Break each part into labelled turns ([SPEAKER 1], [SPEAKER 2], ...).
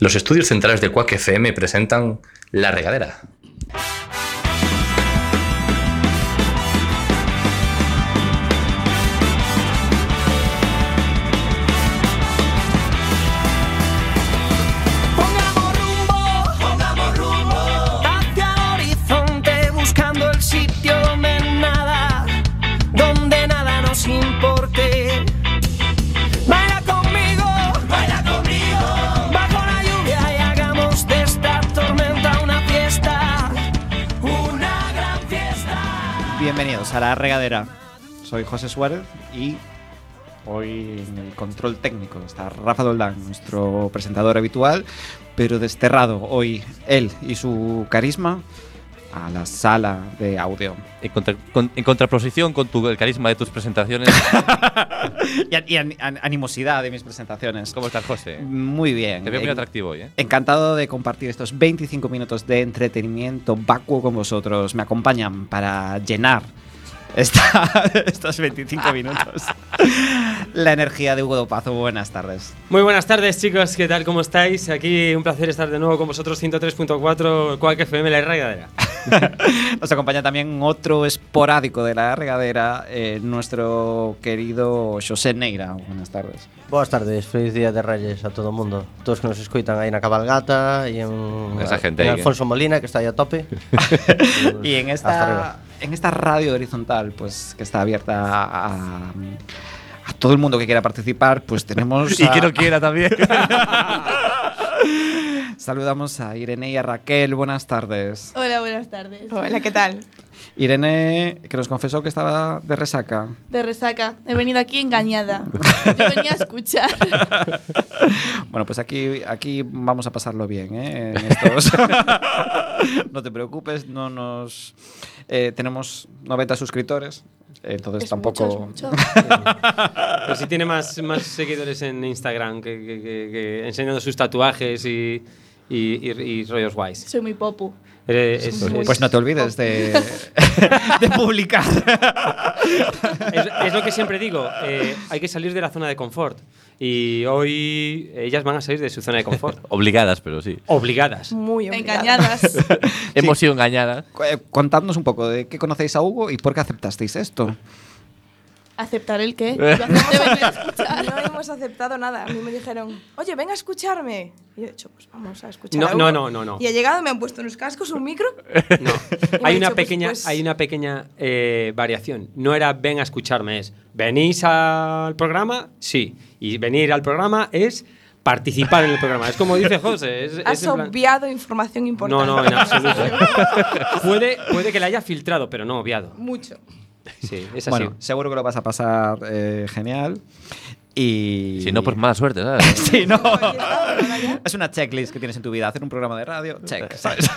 [SPEAKER 1] Los estudios centrales de Quack FM presentan La Regadera.
[SPEAKER 2] Pongamos rumbo, pongamos rumbo hacia el horizonte, buscando el sitio donde nada, donde nada nos importe. Baila conmigo, baila conmigo, bajo la lluvia y hagamos de esta tormenta una fiesta, una gran fiesta.
[SPEAKER 3] Bienvenidos a La Regadera. Soy José Suárez y hoy en el control técnico está Rafa Doldán, nuestro presentador habitual, pero desterrado hoy él y su carisma a la sala de audio.
[SPEAKER 4] En, contra- con- en contraposición con tu, el carisma de tus presentaciones,
[SPEAKER 3] Y, an- y an- an- animosidad de mis presentaciones.
[SPEAKER 4] ¿cómo estás, José?
[SPEAKER 3] Muy bien.
[SPEAKER 4] Te veo muy
[SPEAKER 3] En-
[SPEAKER 4] atractivo hoy, ¿eh?
[SPEAKER 3] Encantado de compartir estos 25 minutos de entretenimiento vacuo con vosotros. Me acompañan para llenar esta- estos 25 minutos. La energía de Hugo Dopazo. Buenas tardes.
[SPEAKER 5] Muy buenas tardes, chicos. ¿Qué tal? ¿Cómo estáis? Aquí un placer estar de nuevo con vosotros. 103.4 Quack FM, la regadera.
[SPEAKER 3] Nos acompaña también otro esporádico de la regadera, eh, nuestro querido José Neira. Buenas tardes.
[SPEAKER 6] Boas tardes, feliz día de Reyes a todo o mundo Todos que nos escoitan aí na cabalgata E en,
[SPEAKER 4] Esa gente
[SPEAKER 6] en
[SPEAKER 4] aí eh. que-
[SPEAKER 6] Alfonso Molina que está aí a tope
[SPEAKER 3] Y en
[SPEAKER 6] Hasta arriba.
[SPEAKER 3] esta, en esta radio horizontal, pues que está abierta a, a todo el mundo que quiera participar, pues tenemos. a-
[SPEAKER 4] quiera también.
[SPEAKER 3] Saludamos a Irene y a Raquel, buenas tardes.
[SPEAKER 7] Hola, buenas tardes. Hola, ¿qué tal?
[SPEAKER 3] Irene, que nos confesó que estaba de resaca.
[SPEAKER 7] De resaca. He venido aquí engañada. Yo venía a escuchar.
[SPEAKER 5] Pues
[SPEAKER 3] Bueno, pues aquí, aquí vamos a pasarlo bien, ¿eh? En estos- no te preocupes, no nos... eh, tenemos 90 suscriptores, entonces
[SPEAKER 7] Es
[SPEAKER 3] tampoco...
[SPEAKER 7] mucho, es mucho.
[SPEAKER 5] Pero sí tiene más, más seguidores en Instagram que, que- que- que enseñando sus tatuajes y, y, y- y rollos guays.
[SPEAKER 7] Soy muy popu.
[SPEAKER 5] Eh, es- es-
[SPEAKER 3] Pues no te olvides de, de publicar.
[SPEAKER 5] Es, es lo que siempre digo, eh, hay que salir de la zona de confort. Y hoy ellas van a salir de su zona de confort.
[SPEAKER 4] Obligadas, pero sí.
[SPEAKER 5] Obligadas.
[SPEAKER 8] Muy
[SPEAKER 7] Engañadas.
[SPEAKER 4] Hemos sido engañadas.
[SPEAKER 3] Cu- eh, Contadnos un poco de qué conocéis a Hugo y por qué aceptasteis esto.
[SPEAKER 7] ¿Aceptar el qué? Yo acepté venir a escuchar.
[SPEAKER 8] No hemos aceptado nada. A mí me dijeron, oye, ven a escucharme. Y yo he dicho, pues vamos a escuchar.
[SPEAKER 5] No,
[SPEAKER 8] a Hugo".
[SPEAKER 5] no, no, no, no.
[SPEAKER 8] Y he llegado, me han puesto unos cascos, un micro.
[SPEAKER 5] No.
[SPEAKER 8] Y me
[SPEAKER 5] hay, una
[SPEAKER 8] ha dicho, pues,
[SPEAKER 5] pequeña,
[SPEAKER 8] pues-
[SPEAKER 5] hay una pequeña eh, variación. No era ven a escucharme, es venís al programa, sí. Y venir al programa es participar en el programa. Es como dice José. Es,
[SPEAKER 8] Has
[SPEAKER 5] es en plan-
[SPEAKER 8] obviado información
[SPEAKER 5] No,
[SPEAKER 8] importante.
[SPEAKER 5] no, en absoluto. puede, puede que la haya filtrado, pero no obviado.
[SPEAKER 8] Mucho.
[SPEAKER 5] Sí, es así. Eh,
[SPEAKER 3] Bueno, seguro que lo vas a pasar eh, genial. Y...
[SPEAKER 4] Si no, pues mala suerte, ¿sabes?
[SPEAKER 3] Sí, no.
[SPEAKER 8] Aquí está, ¿verdad, ya?
[SPEAKER 3] Es una checklist que tienes en tu vida. Hacer un programa de radio, check. ¿sabes?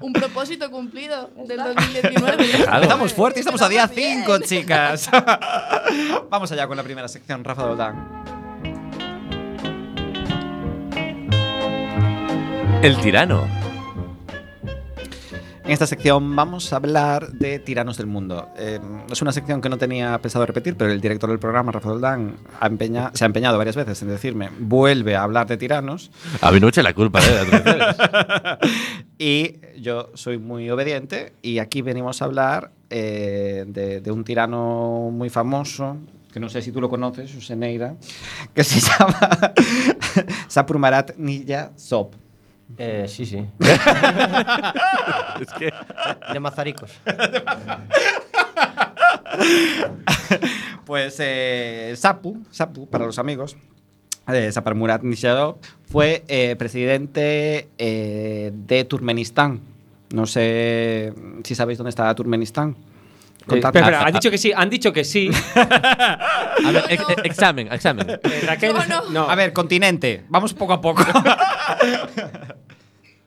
[SPEAKER 7] Un propósito cumplido del 2019.
[SPEAKER 3] Estamos fuertes, estamos a día
[SPEAKER 7] Empezamos
[SPEAKER 3] 5,
[SPEAKER 7] bien.
[SPEAKER 3] chicas. Vamos allá con la primera sección, Rafa Doldán.
[SPEAKER 4] El tirano.
[SPEAKER 3] En esta sección vamos a hablar de Tiranos del Mundo. Eh, es una sección que no tenía pensado repetir, pero el director del programa, Rafa Doldán, ha empeña- se ha empeñado varias veces en decirme, vuelve a hablar de tiranos.
[SPEAKER 4] A mí no eche la culpa, ¿eh? Las terceras.
[SPEAKER 3] Y yo soy muy obediente y aquí venimos a hablar eh, de, de un tirano muy famoso, que no sé si tú lo conoces, Useneira, que se llama Sapurmarat Nilla Sop.
[SPEAKER 6] eh, Sí, sí
[SPEAKER 4] es que
[SPEAKER 6] De Mazaricos
[SPEAKER 3] Pues eh, Sapu, Sapu para los amigos, eh, Saparmurat Nishadov, fue eh, presidente eh, de Turmenistán. No sé si sabéis dónde está Turmenistán.
[SPEAKER 5] Eh,
[SPEAKER 3] Contad- Ah,
[SPEAKER 5] espera, espera, han dicho que sí, han dicho que sí.
[SPEAKER 4] A ver, ex- ex- examen, examen.
[SPEAKER 5] Eh, Raquel,
[SPEAKER 7] No, no.
[SPEAKER 3] A ver, continente. Vamos poco a poco.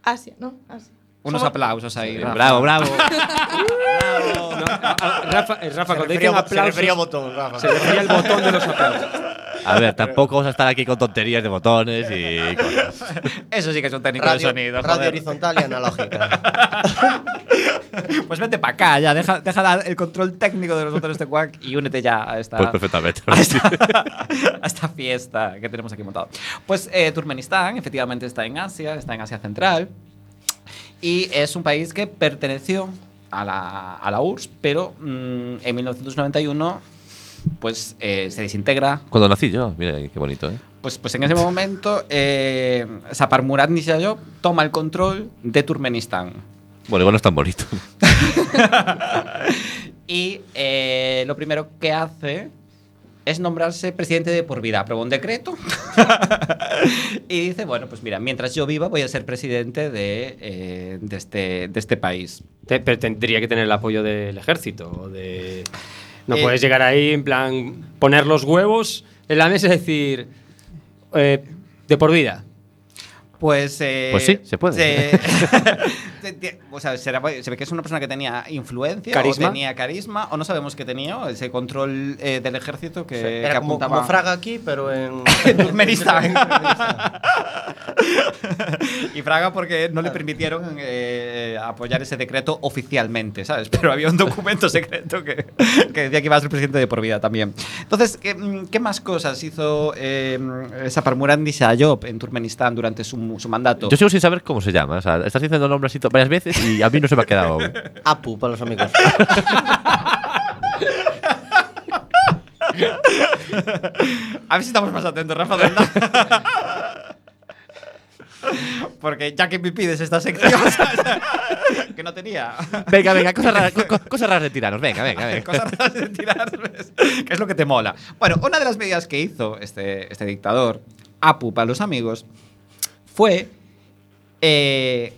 [SPEAKER 7] Asia, ¿no? Asia.
[SPEAKER 3] Unos aplausos ahí. Rafa.
[SPEAKER 4] Bravo, bravo.
[SPEAKER 5] no, a- a- Rafa, eh, Rafa, cuando
[SPEAKER 6] refería
[SPEAKER 5] dicen
[SPEAKER 6] a bo- se
[SPEAKER 5] aplausos,
[SPEAKER 6] refería a botón, Rafa.
[SPEAKER 5] se refería al botón de los aplausos.
[SPEAKER 4] A ver, tampoco vamos a estar aquí con tonterías de botones y cosas.
[SPEAKER 3] Eso sí que es un técnico
[SPEAKER 6] Radio,
[SPEAKER 3] de sonido.
[SPEAKER 6] radio
[SPEAKER 3] joder.
[SPEAKER 6] horizontal y analógica.
[SPEAKER 3] Pues vete para acá ya, deja, deja la- el control técnico de los botones de Quack y únete ya a esta,
[SPEAKER 4] Pues perfectamente.
[SPEAKER 3] a, esta, a esta fiesta que tenemos aquí montado. Pues eh, Turkmenistán efectivamente está en Asia, está en Asia Central y es un país que perteneció a la, a la URSS, pero mm, en 1991 pues eh, se desintegra
[SPEAKER 4] Cuando nací yo, mira qué bonito, ¿eh?
[SPEAKER 3] pues, pues en ese momento, eh, Sapar Murat Nisayov toma el control de Turkmenistán.
[SPEAKER 4] Bueno, igual no es tan bonito.
[SPEAKER 3] Y eh, lo primero que hace es nombrarse presidente de por vida. Aprueba un decreto y dice, bueno, pues mira, mientras yo viva voy a ser presidente de, eh, de este, de este país.
[SPEAKER 5] Te- pero tendría que tener el apoyo del ejército. o de... No
[SPEAKER 3] Eh,
[SPEAKER 5] puedes llegar ahí, en plan, poner los huevos en la mesa y decir, eh, de por vida.
[SPEAKER 3] Pues, eh,
[SPEAKER 4] Pues sí, se puede.
[SPEAKER 3] se- te- o sea, será- se ve que es una persona que tenía influencia,
[SPEAKER 5] Carisma.
[SPEAKER 3] o tenía carisma, o no sabemos qué tenía, o ese control eh, del ejército que, que
[SPEAKER 6] Era como,
[SPEAKER 3] apuntaba-
[SPEAKER 6] como Fraga aquí, pero en.
[SPEAKER 3] En Turkmenistán. y Fraga porque no le permitieron eh, apoyar ese decreto oficialmente, ¿sabes? Pero había un documento secreto que, que decía que iba a ser presidente de por vida también. Entonces, ¿qué, mm, qué más cosas hizo eh, Sapar Murat Nisayop en Turkmenistán durante su, su mandato?
[SPEAKER 4] Yo sigo sin saber cómo se llama. O sea, estás diciendo el nombre así to- varias veces y a mí no se me ha quedado aún.
[SPEAKER 6] Apu para los amigos.
[SPEAKER 3] A ver si estamos más atentos, Rafa, de verdad. Porque ya que me pides esta sección que no tenía.
[SPEAKER 4] Venga, venga, cosas raras, co- co- cosas raras de tiranos. Venga, venga, venga.
[SPEAKER 3] cosas raras de tirar, ¿ves? que es lo que te mola. Bueno, una de las medidas que hizo este, este dictador, Apu para los amigos, fue eh,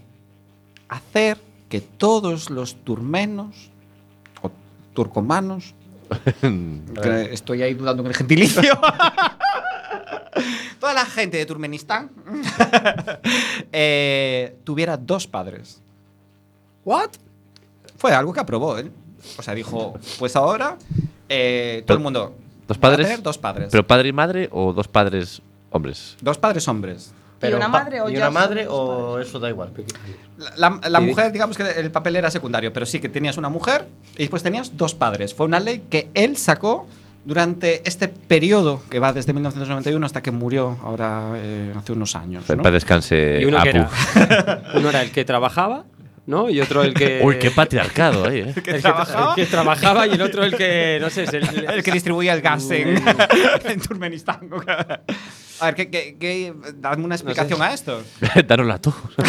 [SPEAKER 3] hacer que todos los turmenos o turcomanos, que estoy ahí dudando con el gentilicio, toda la gente de Turmenistán eh, tuviera dos padres. ¿What? Fue algo que aprobó, ¿eh? O sea, dijo, pues ahora eh, todo el mundo.
[SPEAKER 4] ¿Dos
[SPEAKER 3] va a
[SPEAKER 4] padres?
[SPEAKER 3] tener Dos padres.
[SPEAKER 4] ¿Pero padre y madre o dos padres hombres?
[SPEAKER 3] dos padres hombres.
[SPEAKER 6] Pero
[SPEAKER 8] una
[SPEAKER 6] pa-
[SPEAKER 8] madre o
[SPEAKER 6] ¿Y
[SPEAKER 8] ya
[SPEAKER 6] una
[SPEAKER 8] son
[SPEAKER 6] madre
[SPEAKER 8] dos
[SPEAKER 6] o eso da igual?
[SPEAKER 3] La, la- la
[SPEAKER 5] Sí.
[SPEAKER 3] mujer, digamos que el papel era secundario, pero sí que tenías una mujer y después tenías dos padres. Fue una ley que él sacó durante este periodo que va desde 1991 hasta que murió ahora eh, hace unos años. ¿no?
[SPEAKER 4] Para descanse
[SPEAKER 5] y uno que
[SPEAKER 4] Eh, Apu.
[SPEAKER 5] era, uno era el que trabajaba, ¿no? Y otro el
[SPEAKER 3] Eh.
[SPEAKER 5] que...
[SPEAKER 4] Uy, qué patriarcado ahí, ¿eh?
[SPEAKER 5] el que, tra-
[SPEAKER 3] trabajaba.
[SPEAKER 5] el que trabajaba y el otro el que, no sé, es el,
[SPEAKER 3] El que distribuía el gas en, en Turmenistán. A ver, ¿qué, qué- qué- dame una explicación a esto.
[SPEAKER 4] Dánosla tú.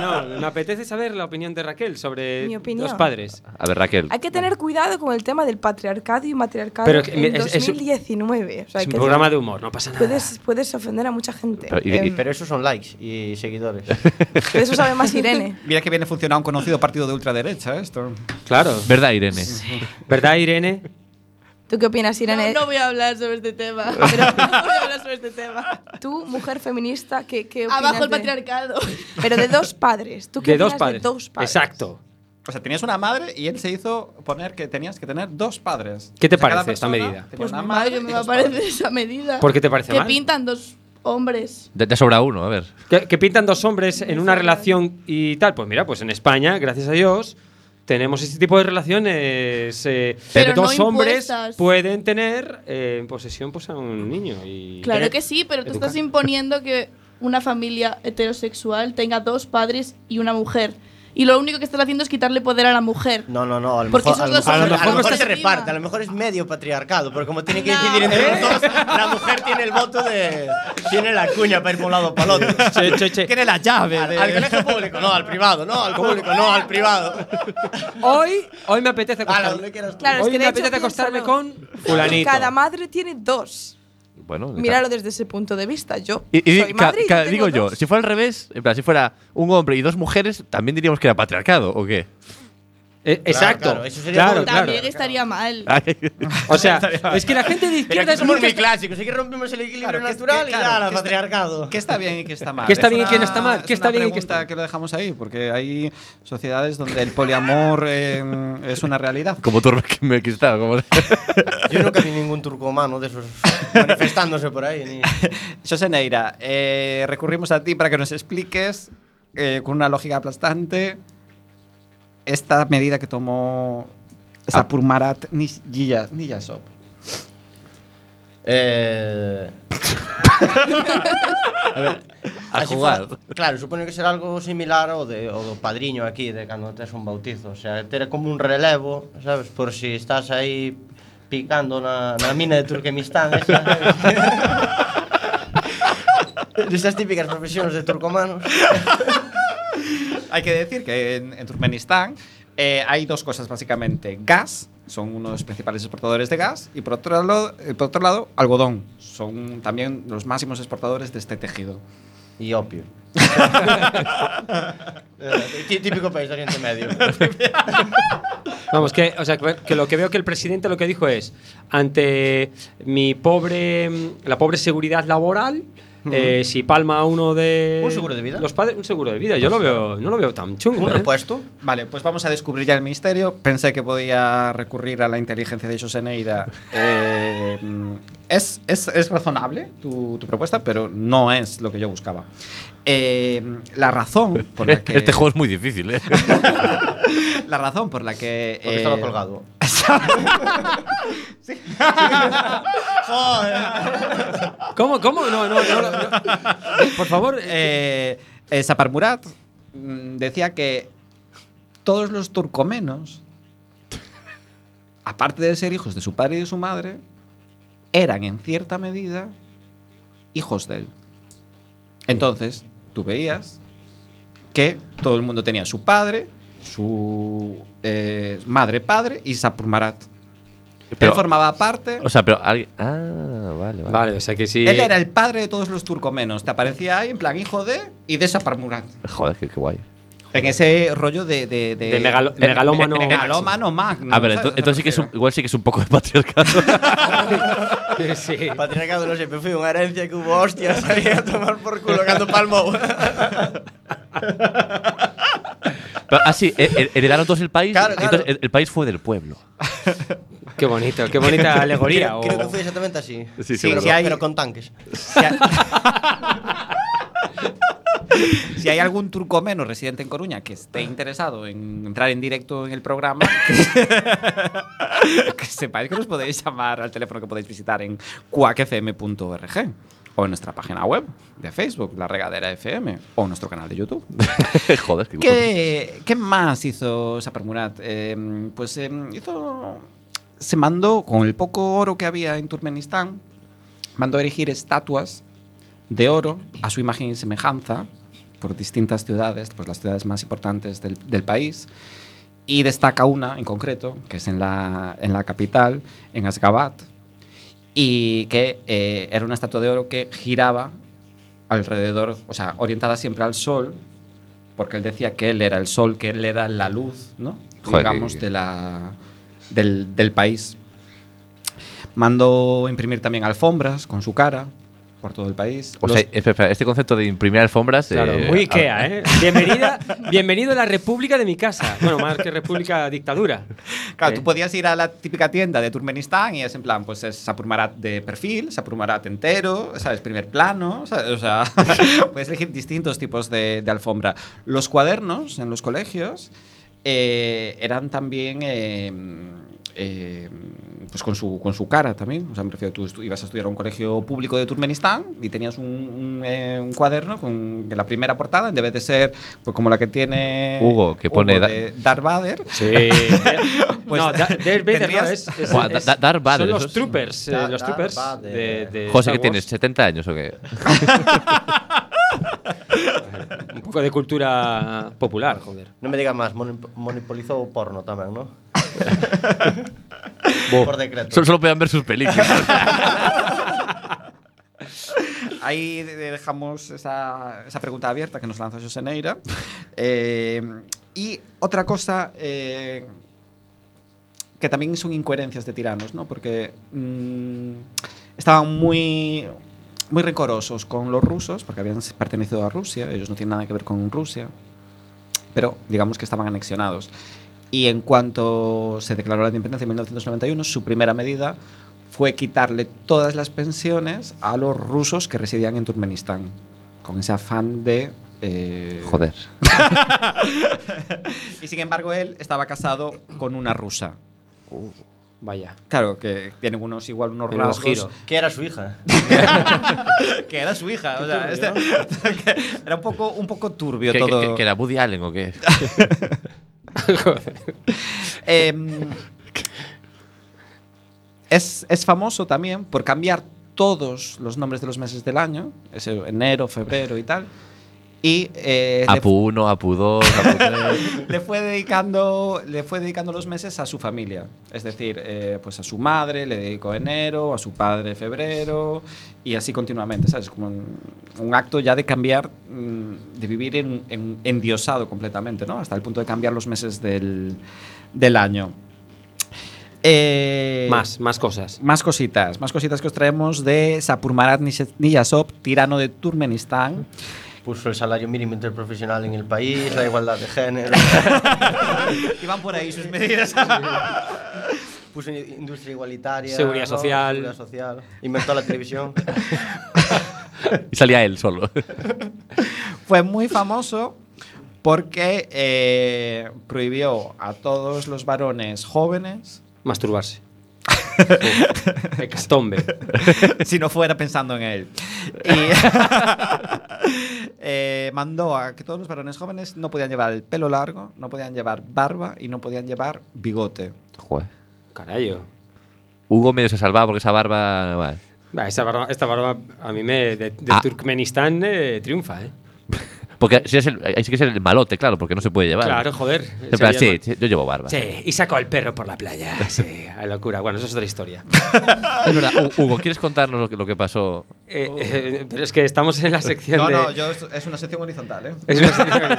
[SPEAKER 5] No, no, me apetece saber la opinión de Raquel sobre
[SPEAKER 8] Mi opinión.
[SPEAKER 5] los padres.
[SPEAKER 4] A ver, Raquel.
[SPEAKER 8] Hay que tener cuidado con el tema del patriarcado y matriarcado
[SPEAKER 5] Pero que-
[SPEAKER 8] en
[SPEAKER 5] es- es-
[SPEAKER 8] 2019. o sea,
[SPEAKER 5] es un
[SPEAKER 8] que
[SPEAKER 5] programa de humor, no pasa nada.
[SPEAKER 8] puedes, puedes ofender a mucha gente.
[SPEAKER 4] Pero, y- y-
[SPEAKER 8] Em,
[SPEAKER 6] Pero esos son likes y seguidores.
[SPEAKER 8] de eso sabe más Irene.
[SPEAKER 3] Mira que viene funcionando un conocido partido de ultraderecha ¿eh? esto.
[SPEAKER 5] Claro.
[SPEAKER 4] ¿Verdad, Irene?
[SPEAKER 5] ¿Verdad, Irene?
[SPEAKER 8] ¿Tú qué opinas,
[SPEAKER 7] No,
[SPEAKER 8] Irene?
[SPEAKER 7] no voy a hablar sobre este tema. Pero no voy a hablar sobre este tema.
[SPEAKER 8] Tú, mujer feminista, ¿qué, qué opinas?
[SPEAKER 7] Abajo el
[SPEAKER 8] de-
[SPEAKER 7] patriarcado.
[SPEAKER 8] Pero de dos padres. ¿Tú qué
[SPEAKER 5] De
[SPEAKER 8] opinas
[SPEAKER 5] dos padres.
[SPEAKER 8] de dos padres?
[SPEAKER 5] Exacto.
[SPEAKER 3] O sea, tenías una madre y él se hizo poner que tenías que tener dos padres.
[SPEAKER 5] ¿Qué te
[SPEAKER 3] O sea, cada
[SPEAKER 5] parece esta
[SPEAKER 3] persona
[SPEAKER 5] medida?
[SPEAKER 3] tenía
[SPEAKER 7] Pues
[SPEAKER 3] una
[SPEAKER 7] mi madre que
[SPEAKER 3] y
[SPEAKER 7] me va a
[SPEAKER 3] dos padres.
[SPEAKER 7] parecer esa medida.
[SPEAKER 5] ¿Por qué te parece
[SPEAKER 7] Que
[SPEAKER 5] mal?
[SPEAKER 7] pintan dos hombres.
[SPEAKER 4] Ya, ya sobra uno, a ver.
[SPEAKER 5] Que, que pintan dos hombres en una relación y tal. Pues mira, pues en España, gracias a Dios, tenemos este tipo de relaciones. eh,
[SPEAKER 7] Pero no
[SPEAKER 5] dos hombres
[SPEAKER 7] impuestas.
[SPEAKER 5] pueden tener eh, en posesión pues, a un niño. Y
[SPEAKER 7] Claro que sí, pero tú
[SPEAKER 5] Educa-
[SPEAKER 7] estás imponiendo que una familia heterosexual tenga dos padres y una mujer. Y lo único que estás haciendo es quitarle poder a la mujer.
[SPEAKER 6] No, no, no. A lo
[SPEAKER 7] Porque
[SPEAKER 6] mejor,
[SPEAKER 7] esos dos
[SPEAKER 6] a lo
[SPEAKER 7] son
[SPEAKER 6] mejor- a lo
[SPEAKER 7] los
[SPEAKER 6] mejor se
[SPEAKER 7] encima.
[SPEAKER 6] reparte. A lo mejor es medio patriarcado. Pero como tiene que
[SPEAKER 7] No.
[SPEAKER 6] decidir entre los dos, la mujer tiene el voto de. Tiene la cuña para ir por un lado o para el otro.
[SPEAKER 5] Che, che, che.
[SPEAKER 3] Tiene la llave.
[SPEAKER 6] Al,
[SPEAKER 3] de-
[SPEAKER 6] al colegio público, no, al privado, no, al público, no, al privado.
[SPEAKER 5] Hoy, hoy me apetece
[SPEAKER 6] A la-
[SPEAKER 5] acostarme.
[SPEAKER 6] donde quieras tú.
[SPEAKER 8] Claro,
[SPEAKER 5] hoy
[SPEAKER 8] es que
[SPEAKER 5] me
[SPEAKER 8] de hecho,
[SPEAKER 5] apetece acostarme
[SPEAKER 8] piénsalo.
[SPEAKER 5] con fulanito.
[SPEAKER 8] Cada madre tiene dos.
[SPEAKER 4] Bueno,
[SPEAKER 8] Míralo desde ese punto de vista. Yo
[SPEAKER 4] Y, y
[SPEAKER 8] soy
[SPEAKER 4] ca-
[SPEAKER 8] madre y
[SPEAKER 4] ca-
[SPEAKER 8] tengo
[SPEAKER 4] digo yo,
[SPEAKER 8] dos.
[SPEAKER 4] si fuera al revés, en plan, si fuera un hombre y dos mujeres, también diríamos que era patriarcado, ¿o qué?
[SPEAKER 5] Eh, exacto.
[SPEAKER 6] claro, eso sería
[SPEAKER 5] Claro,
[SPEAKER 6] brutal.
[SPEAKER 5] claro.
[SPEAKER 7] También estaría mal.
[SPEAKER 4] Ah,
[SPEAKER 5] O sea, es que la gente de
[SPEAKER 6] Pero
[SPEAKER 5] izquierda
[SPEAKER 6] aquí
[SPEAKER 5] es
[SPEAKER 6] somos
[SPEAKER 5] muy
[SPEAKER 6] muy clásicos, aquí rompimos el equilibrio
[SPEAKER 3] Claro, que-
[SPEAKER 6] natural
[SPEAKER 3] que-
[SPEAKER 6] y
[SPEAKER 3] claro,
[SPEAKER 6] ya, la
[SPEAKER 3] que está-
[SPEAKER 6] patriarcado.
[SPEAKER 3] ¿Qué está bien y qué está mal?
[SPEAKER 5] ¿Qué está
[SPEAKER 3] Es
[SPEAKER 5] bien y
[SPEAKER 3] una-
[SPEAKER 5] qué no está mal? ¿Qué
[SPEAKER 3] es
[SPEAKER 5] está
[SPEAKER 3] una
[SPEAKER 5] bien y qué
[SPEAKER 3] pregunta
[SPEAKER 5] está-
[SPEAKER 3] que lo dejamos ahí, porque hay sociedades donde el poliamor eh, es una realidad.
[SPEAKER 4] Como Turkmenistán. Como...
[SPEAKER 6] Yo nunca vi ningún turco humano de esos manifestándose por ahí. ni-
[SPEAKER 3] José Neira, eh, recurrimos a ti para que nos expliques eh, con una lógica aplastante esta medida que tomó Sapurmarat Niyazov.
[SPEAKER 6] Eh, a ver,
[SPEAKER 4] A
[SPEAKER 6] así
[SPEAKER 4] jugar.
[SPEAKER 6] fora- claro, supoño que será algo similar ao, de, ao do padriño aquí, de cando tes un bautizo. O sea, ter como un relevo, sabes, por si estás aí picando na, na mina de Turquemistán. Esa, Desas típicas profesións de turcomanos.
[SPEAKER 3] Hay que decir que en, en Turkmenistán eh, hay dos cosas básicamente. Gas, son uno de los principales exportadores de gas, y por otro, lado, eh, por otro lado, algodón, son también los máximos exportadores de este tejido.
[SPEAKER 6] E opio. Eh, tí- Típico país de Oriente Medio.
[SPEAKER 4] Eh,
[SPEAKER 5] Vamos, que, o sea, que que lo que veo que el presidente lo que dijo es, ante mi pobre, mm, la pobre seguridad laboral, eh, si palma uno de...
[SPEAKER 6] ¿Un seguro de vida?
[SPEAKER 5] Los padres, un seguro de vida, yo lo veo, no lo veo tan chungo.
[SPEAKER 6] Un
[SPEAKER 5] ¿eh?
[SPEAKER 6] repuesto.
[SPEAKER 3] Vale, pues vamos a descubrir ya el misterio. Pensé que podía recurrir a la inteligencia de José Neira. Eh, mm, es, es- es razonable tu, tu propuesta, pero no es lo que yo buscaba. Eh, la razón por la que...
[SPEAKER 4] Este juego es muy difícil, ¿eh?
[SPEAKER 3] La razón por la que...
[SPEAKER 6] Porque
[SPEAKER 3] eh,
[SPEAKER 6] estaba colgado.
[SPEAKER 5] ¿Cómo? ¿Cómo? No, no, no, no. Por favor, eh,
[SPEAKER 3] eh, eh, Sapar Murat mm, decía que todos los turcomenos, aparte de ser hijos de su padre y de su madre, eran en cierta medida hijos de él. Entonces, tú veías que todo el mundo tenía su padre, su eh, madre, padre y Sapar Murat.
[SPEAKER 4] Pero-
[SPEAKER 3] él formaba parte.
[SPEAKER 4] O sea, pero alguien. Ah, vale, vale.
[SPEAKER 5] Vale, o sea que sí.
[SPEAKER 3] él era el padre de todos los turcomenos. Te aparecía ahí en plan hijo de y de Sapar Murat.
[SPEAKER 4] Joder, qué, qué guay.
[SPEAKER 3] En ese rollo de. De,
[SPEAKER 5] De megalo-
[SPEAKER 3] de-
[SPEAKER 5] megalómano
[SPEAKER 3] de megalómano magno.
[SPEAKER 4] a ver,
[SPEAKER 3] ¿sabes?
[SPEAKER 4] ento- Ah, entonces sí que es un- igual sí que es un poco de patriarcado.
[SPEAKER 5] Sí.
[SPEAKER 6] Patriarcado, non sei, pero foi unha herencia que hubo hostias aí a tomar por culo cando palmou.
[SPEAKER 4] Pero Así, he- he- heredaron todos el país.
[SPEAKER 6] Claro,
[SPEAKER 4] entonces
[SPEAKER 6] claro.
[SPEAKER 4] el- el país fue del pueblo.
[SPEAKER 5] Qué bonito, qué bonita alegoría.
[SPEAKER 6] creo,
[SPEAKER 5] o-
[SPEAKER 6] creo que foi exactamente así.
[SPEAKER 4] Sí,
[SPEAKER 6] pero,
[SPEAKER 4] seguro.
[SPEAKER 6] con- pero con tanques.
[SPEAKER 3] Si hay, si hay algún turcomeno residente en Coruña que
[SPEAKER 4] Ah.
[SPEAKER 3] esté interesado en entrar en directo en el programa, que, que sepáis que nos podéis llamar al teléfono que podéis visitar en cuacfm.org o en nuestra página web de Facebook, La Regadera FM, o nuestro canal de YouTube.
[SPEAKER 4] Joder, qué guay.
[SPEAKER 3] ¿Qué, qué más hizo Sapar Murat? Eh, pues eh, hizo. Se mandó, con el poco oro que había en Turkmenistán, mandó a erigir estatuas de oro a su imagen y semejanza por distintas ciudades, pues las ciudades más importantes del, del país. Y destaca una en concreto, que es en la, en la capital, en Asgabat, y que eh, era una estatua de oro que giraba alrededor, o sea, orientada siempre al sol, porque él decía que él era el sol, que él era la luz, ¿no?
[SPEAKER 4] Joder,
[SPEAKER 3] Digamos,
[SPEAKER 4] qué-
[SPEAKER 3] de la, del, del país. Mandó imprimir también alfombras con su cara por todo el país.
[SPEAKER 4] O
[SPEAKER 3] Los-
[SPEAKER 4] sea, espera, espera, este concepto de imprimir alfombras.
[SPEAKER 5] Claro,
[SPEAKER 4] eh,
[SPEAKER 5] muy
[SPEAKER 4] a-
[SPEAKER 5] Ikea, ¿eh? Bienvenida, bienvenido a la república de mi casa. Bueno, más que república, dictadura.
[SPEAKER 3] Claro,
[SPEAKER 5] Eh,
[SPEAKER 3] tú podías ir a la típica tienda de Turkmenistán y es en plan, pues es Sapurmarat de perfil, Sapurmarat entero, ¿sabes? Primer plano, ¿sabes? o sea, puedes elegir distintos tipos de, de alfombra. Los cuadernos en los colegios eh, eran también, eh, eh, pues con su, con su cara también, o sea, me refiero, tú estu- ibas a estudiar a un colegio público de Turkmenistán y tenías un, un, eh, un cuaderno con en la primera portada, en vez de ser pues, como la que tiene
[SPEAKER 4] Hugo, que pone da-
[SPEAKER 3] de Darth Vader,
[SPEAKER 5] Sí.
[SPEAKER 3] Pues,
[SPEAKER 5] no, Da- Darth Vader
[SPEAKER 3] tendrías-
[SPEAKER 5] no, es, es-
[SPEAKER 4] Buah,
[SPEAKER 5] es-
[SPEAKER 4] Da- Darth Vader,
[SPEAKER 5] Son
[SPEAKER 4] eso
[SPEAKER 5] los
[SPEAKER 4] es-
[SPEAKER 5] troopers, eh,
[SPEAKER 6] Da-
[SPEAKER 5] los
[SPEAKER 6] Darth
[SPEAKER 5] troopers
[SPEAKER 6] Vader.
[SPEAKER 5] de, de
[SPEAKER 4] eh, José,
[SPEAKER 5] Star
[SPEAKER 4] ¿qué tienes?
[SPEAKER 5] Wars.
[SPEAKER 4] ¿70 años o qué?
[SPEAKER 5] Un poco de cultura popular, joder.
[SPEAKER 6] Non me digas máis, monop- monopolizou o porno tamén, non? por decreto.
[SPEAKER 4] Solo, solo podían ver sus películas.
[SPEAKER 3] Ahí de- de- dejamos esa, esa pregunta abierta que nos lanzó José Neira. Eh, Y otra cosa eh, que también son incoherencias de tiranos, ¿no? Porque mm, estaban muy, muy rencorosos con los rusos, porque habían pertenecido a Rusia, ellos no tienen nada que ver con Rusia, pero digamos que estaban anexionados. Y en cuanto se declaró la independencia en 1991, su primera medida fue quitarle todas las pensiones a los rusos que residían en Turkmenistán, con ese afán de... eh,
[SPEAKER 1] Joder.
[SPEAKER 3] y sin embargo, él estaba casado con una rusa.
[SPEAKER 5] Vaya.
[SPEAKER 3] Claro, que tienen unos igual unos
[SPEAKER 5] Menudo
[SPEAKER 3] rasgos.
[SPEAKER 5] giro.
[SPEAKER 6] Que era su hija.
[SPEAKER 3] Que era su hija. O sea, este- que era un poco, un poco turbio
[SPEAKER 4] ¿Que,
[SPEAKER 3] todo.
[SPEAKER 4] que- que era Woody Allen o qué?
[SPEAKER 3] Em, es, es famoso también por cambiar todos los nombres de los meses del año, ese enero, febrero y tal. Y eh, le-
[SPEAKER 4] Apu 1, Apu 2, Apu 3.
[SPEAKER 3] le fue dedicando le fue dedicando los meses a su familia es decir eh, pues a su madre le dedicó enero a su padre febrero y así continuamente sabes como un, un acto ya de cambiar mm, de vivir en, en- endiosado completamente no hasta el punto de cambiar los meses del, del año Eh,
[SPEAKER 5] Más, más cosas.
[SPEAKER 3] más cositas, más cositas que os traemos de Sapurmarat Niyazov, tirano de Turkmenistán.
[SPEAKER 6] Puso el salario mínimo interprofesional en el país, la igualdad de género.
[SPEAKER 3] Y van por ahí sus medidas.
[SPEAKER 6] Puso industria igualitaria.
[SPEAKER 5] Seguridad social.
[SPEAKER 6] Seguridad social. Inventó la televisión.
[SPEAKER 4] Y salía él solo.
[SPEAKER 3] fue muy famoso porque eh, prohibió a todos los varones jóvenes,
[SPEAKER 5] Masturbarse. Castombe.
[SPEAKER 3] si no fuera pensando en él, y eh, mandó a que todos los varones jóvenes no podían llevar el pelo largo, no podían llevar barba y no podían llevar bigote.
[SPEAKER 4] Joder.
[SPEAKER 5] Carayo.
[SPEAKER 4] Hugo medio se salvaba porque esa barba. bueno.
[SPEAKER 5] Va, esa barba- esta barba a mí me. de, de
[SPEAKER 4] Ah.
[SPEAKER 5] Turkmenistán eh, triunfa, ¿eh?
[SPEAKER 4] Porque si es el, ahí sí que es el malote, claro, porque no se puede llevar.
[SPEAKER 5] Claro, joder.
[SPEAKER 4] En plan,
[SPEAKER 5] Sería-
[SPEAKER 4] sí, sí, yo llevo barba.
[SPEAKER 5] Sí, y sacó al perro por la playa. Sí, a locura. Bueno, eso es otra historia.
[SPEAKER 4] Es verdad. Hu- Hugo, ¿quieres contarnos lo que, lo que pasó?
[SPEAKER 5] Eh, eh, pero es que estamos en la sección de.
[SPEAKER 3] yo, es una sección horizontal, ¿eh?
[SPEAKER 5] Es una sección-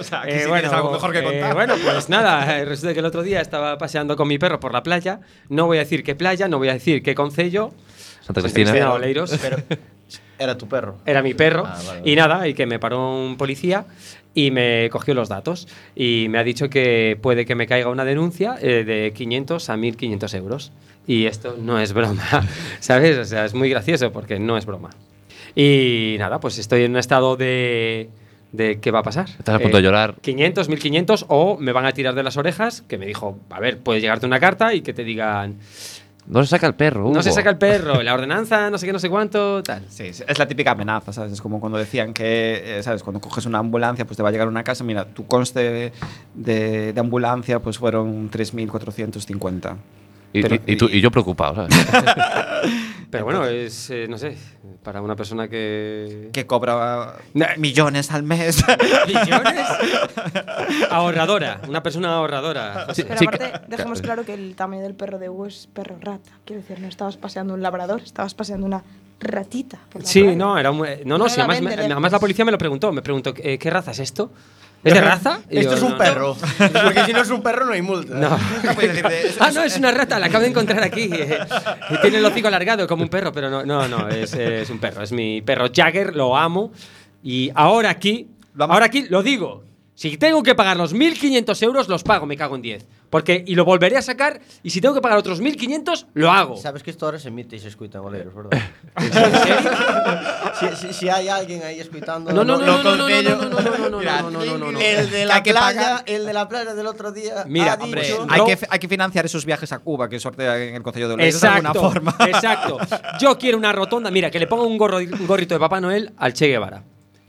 [SPEAKER 3] o sea,
[SPEAKER 5] Eh, bueno, eh, bueno, pues nada, eh, resulta que el otro día estaba paseando con mi perro por la playa. No voy a decir qué playa, no voy a decir qué concello.
[SPEAKER 4] Santa
[SPEAKER 3] Pues
[SPEAKER 5] Cristina
[SPEAKER 4] Cristina.
[SPEAKER 5] Oleiros.
[SPEAKER 6] Pero era tu perro.
[SPEAKER 5] Era mi perro.
[SPEAKER 6] Ah, vale,
[SPEAKER 5] Y
[SPEAKER 6] vale.
[SPEAKER 5] nada, y que me paró un policía y me cogió los datos. Y me ha dicho que puede que me caiga una denuncia eh, de 500 a 1500 euros. Y esto no es broma, ¿sabes? O sea, es muy gracioso porque no es broma. Y nada, pues estoy en un estado de. de ¿Qué va a pasar? Eh,
[SPEAKER 4] Estás a punto de llorar.
[SPEAKER 5] 500, 1500 o me van a tirar de las orejas. Que me dijo, a ver, puede llegarte una carta y que te digan,
[SPEAKER 4] No se saca el perro. Hugo.
[SPEAKER 5] no se saca el perro, la ordenanza, no sé qué, no sé cuánto, tal.
[SPEAKER 3] Sí, sí, es la típica amenaza, ¿sabes? Es como cuando decían que, eh, ¿sabes? Cuando coges una ambulancia, pues te va a llegar a una casa, mira, tu conste de, de ambulancia, pues fueron 3.450.
[SPEAKER 4] Y,
[SPEAKER 3] Pero-
[SPEAKER 4] y- y tú- y yo preocupado, ¿sabes?
[SPEAKER 5] Pero bueno, es, eh, no sé, para una persona que...
[SPEAKER 3] Que cobra eh,
[SPEAKER 5] Na-
[SPEAKER 3] millones al mes.
[SPEAKER 5] ¿Millones? ahorradora, una persona ahorradora. José.
[SPEAKER 8] Pero
[SPEAKER 4] Sí,
[SPEAKER 8] aparte,
[SPEAKER 4] ca-
[SPEAKER 8] dejemos
[SPEAKER 4] ca-
[SPEAKER 8] claro que el tamaño del perro de Hugo es perro rata. Quiero decir, no estabas paseando un labrador, estabas paseando una ratita. por la
[SPEAKER 5] Sí,
[SPEAKER 8] playa.
[SPEAKER 5] no, era un- eh, No, no,
[SPEAKER 8] No
[SPEAKER 5] sí,
[SPEAKER 8] la
[SPEAKER 5] además,
[SPEAKER 8] vende
[SPEAKER 5] me-
[SPEAKER 8] lejos.
[SPEAKER 5] además la policía me lo preguntó, me preguntó, "Eh, ¿qué raza es esto? ¿Es de raza? Y
[SPEAKER 6] Esto
[SPEAKER 5] yo,
[SPEAKER 6] es
[SPEAKER 5] "No,
[SPEAKER 6] un
[SPEAKER 5] no".
[SPEAKER 6] perro. Porque si no es un perro, no hay multa.
[SPEAKER 5] No. ah, no, es una rata, la acabo de encontrar aquí. eh, y tiene el hocico alargado como un perro, pero no, no, no es, es un perro. Es mi perro Jagger, lo amo. Y ahora aquí,
[SPEAKER 3] Lo amas.
[SPEAKER 5] ahora aquí lo digo. Si tengo que pagar los 1.500 euros, los pago, me cago en 10. Porque, y lo volveré a sacar, y si tengo que pagar otros 1.500, lo hago.
[SPEAKER 6] Sabes que esto ahora se emite y se escuita en Oleiros, ¿verdad? si, si- si hay alguien ahí escuitando.
[SPEAKER 5] No, no, no,
[SPEAKER 6] lo
[SPEAKER 5] no, no, no,
[SPEAKER 6] concello-
[SPEAKER 5] no, no, no, no, no,
[SPEAKER 6] Mira,
[SPEAKER 5] no, no, no, no, no.
[SPEAKER 6] El de
[SPEAKER 3] Hay
[SPEAKER 6] la
[SPEAKER 3] que
[SPEAKER 6] playa,
[SPEAKER 3] pagar.
[SPEAKER 6] el de la playa del otro día.
[SPEAKER 5] Mira,
[SPEAKER 6] ha dicho-
[SPEAKER 5] hombre, hay
[SPEAKER 3] hay, que, hay que financiar esos viajes a Cuba que sortea en el Consejo de Oleiros de alguna
[SPEAKER 5] Exacto,
[SPEAKER 3] forma.
[SPEAKER 5] exacto. Yo quiero una rotonda, mira, que le ponga un, gorro, un gorrito de Papá Noel al Che Guevara.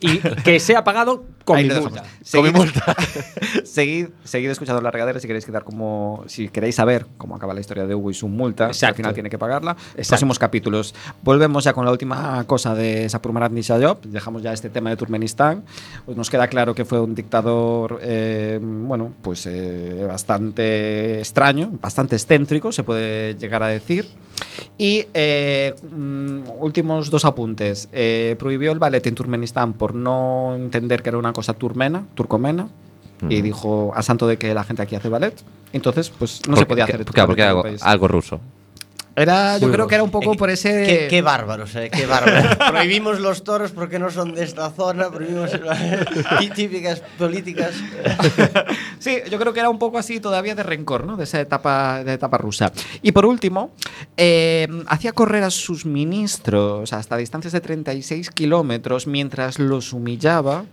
[SPEAKER 5] Y que sea pagado con
[SPEAKER 3] Ahí
[SPEAKER 5] mi
[SPEAKER 3] lo
[SPEAKER 5] multa.
[SPEAKER 3] dejamos.
[SPEAKER 4] Con mi
[SPEAKER 3] Seguid-
[SPEAKER 4] multa.
[SPEAKER 3] seguid, seguid escuchando la regadera si queréis quedar como. Si queréis saber cómo acaba la historia de Hugo y su multa, que al
[SPEAKER 5] Exacto.
[SPEAKER 3] final tiene que pagarla.
[SPEAKER 5] Exacto.
[SPEAKER 3] Próximos capítulos. Volvemos ya con la última cosa de Sapurmarat Nishayov. Dejamos ya este tema de Turkmenistán. Pues nos queda claro que fue un dictador, eh, bueno, pues eh, bastante extraño, bastante excéntrico, se puede llegar a decir. Y eh, mm, últimos dos apuntes. Eh, prohibió el ballet en Turkmenistán por no entender que era una cosa turmena, turcomena. y
[SPEAKER 4] Ujú.
[SPEAKER 3] dijo a santo de que la gente aquí hace ballet. Entonces, pues no se
[SPEAKER 4] Porque-
[SPEAKER 3] podía
[SPEAKER 4] que-
[SPEAKER 3] hacer.
[SPEAKER 4] Claro, porque
[SPEAKER 3] totalmente en el país.
[SPEAKER 4] algo, algo ruso.
[SPEAKER 3] Era, yo
[SPEAKER 5] Muy
[SPEAKER 3] creo que era un poco
[SPEAKER 6] Eh,
[SPEAKER 3] por ese.
[SPEAKER 6] Qué, qué bárbaros, eh, qué bárbaros. Prohibimos los toros porque no son de esta zona, prohibimos y típicas políticas.
[SPEAKER 3] Sí, yo creo que era un poco así todavía de rencor, ¿no? De esa etapa, de etapa rusa. Y por último, eh, hacía correr a sus ministros hasta distancias de 36 kilómetros mientras los humillaba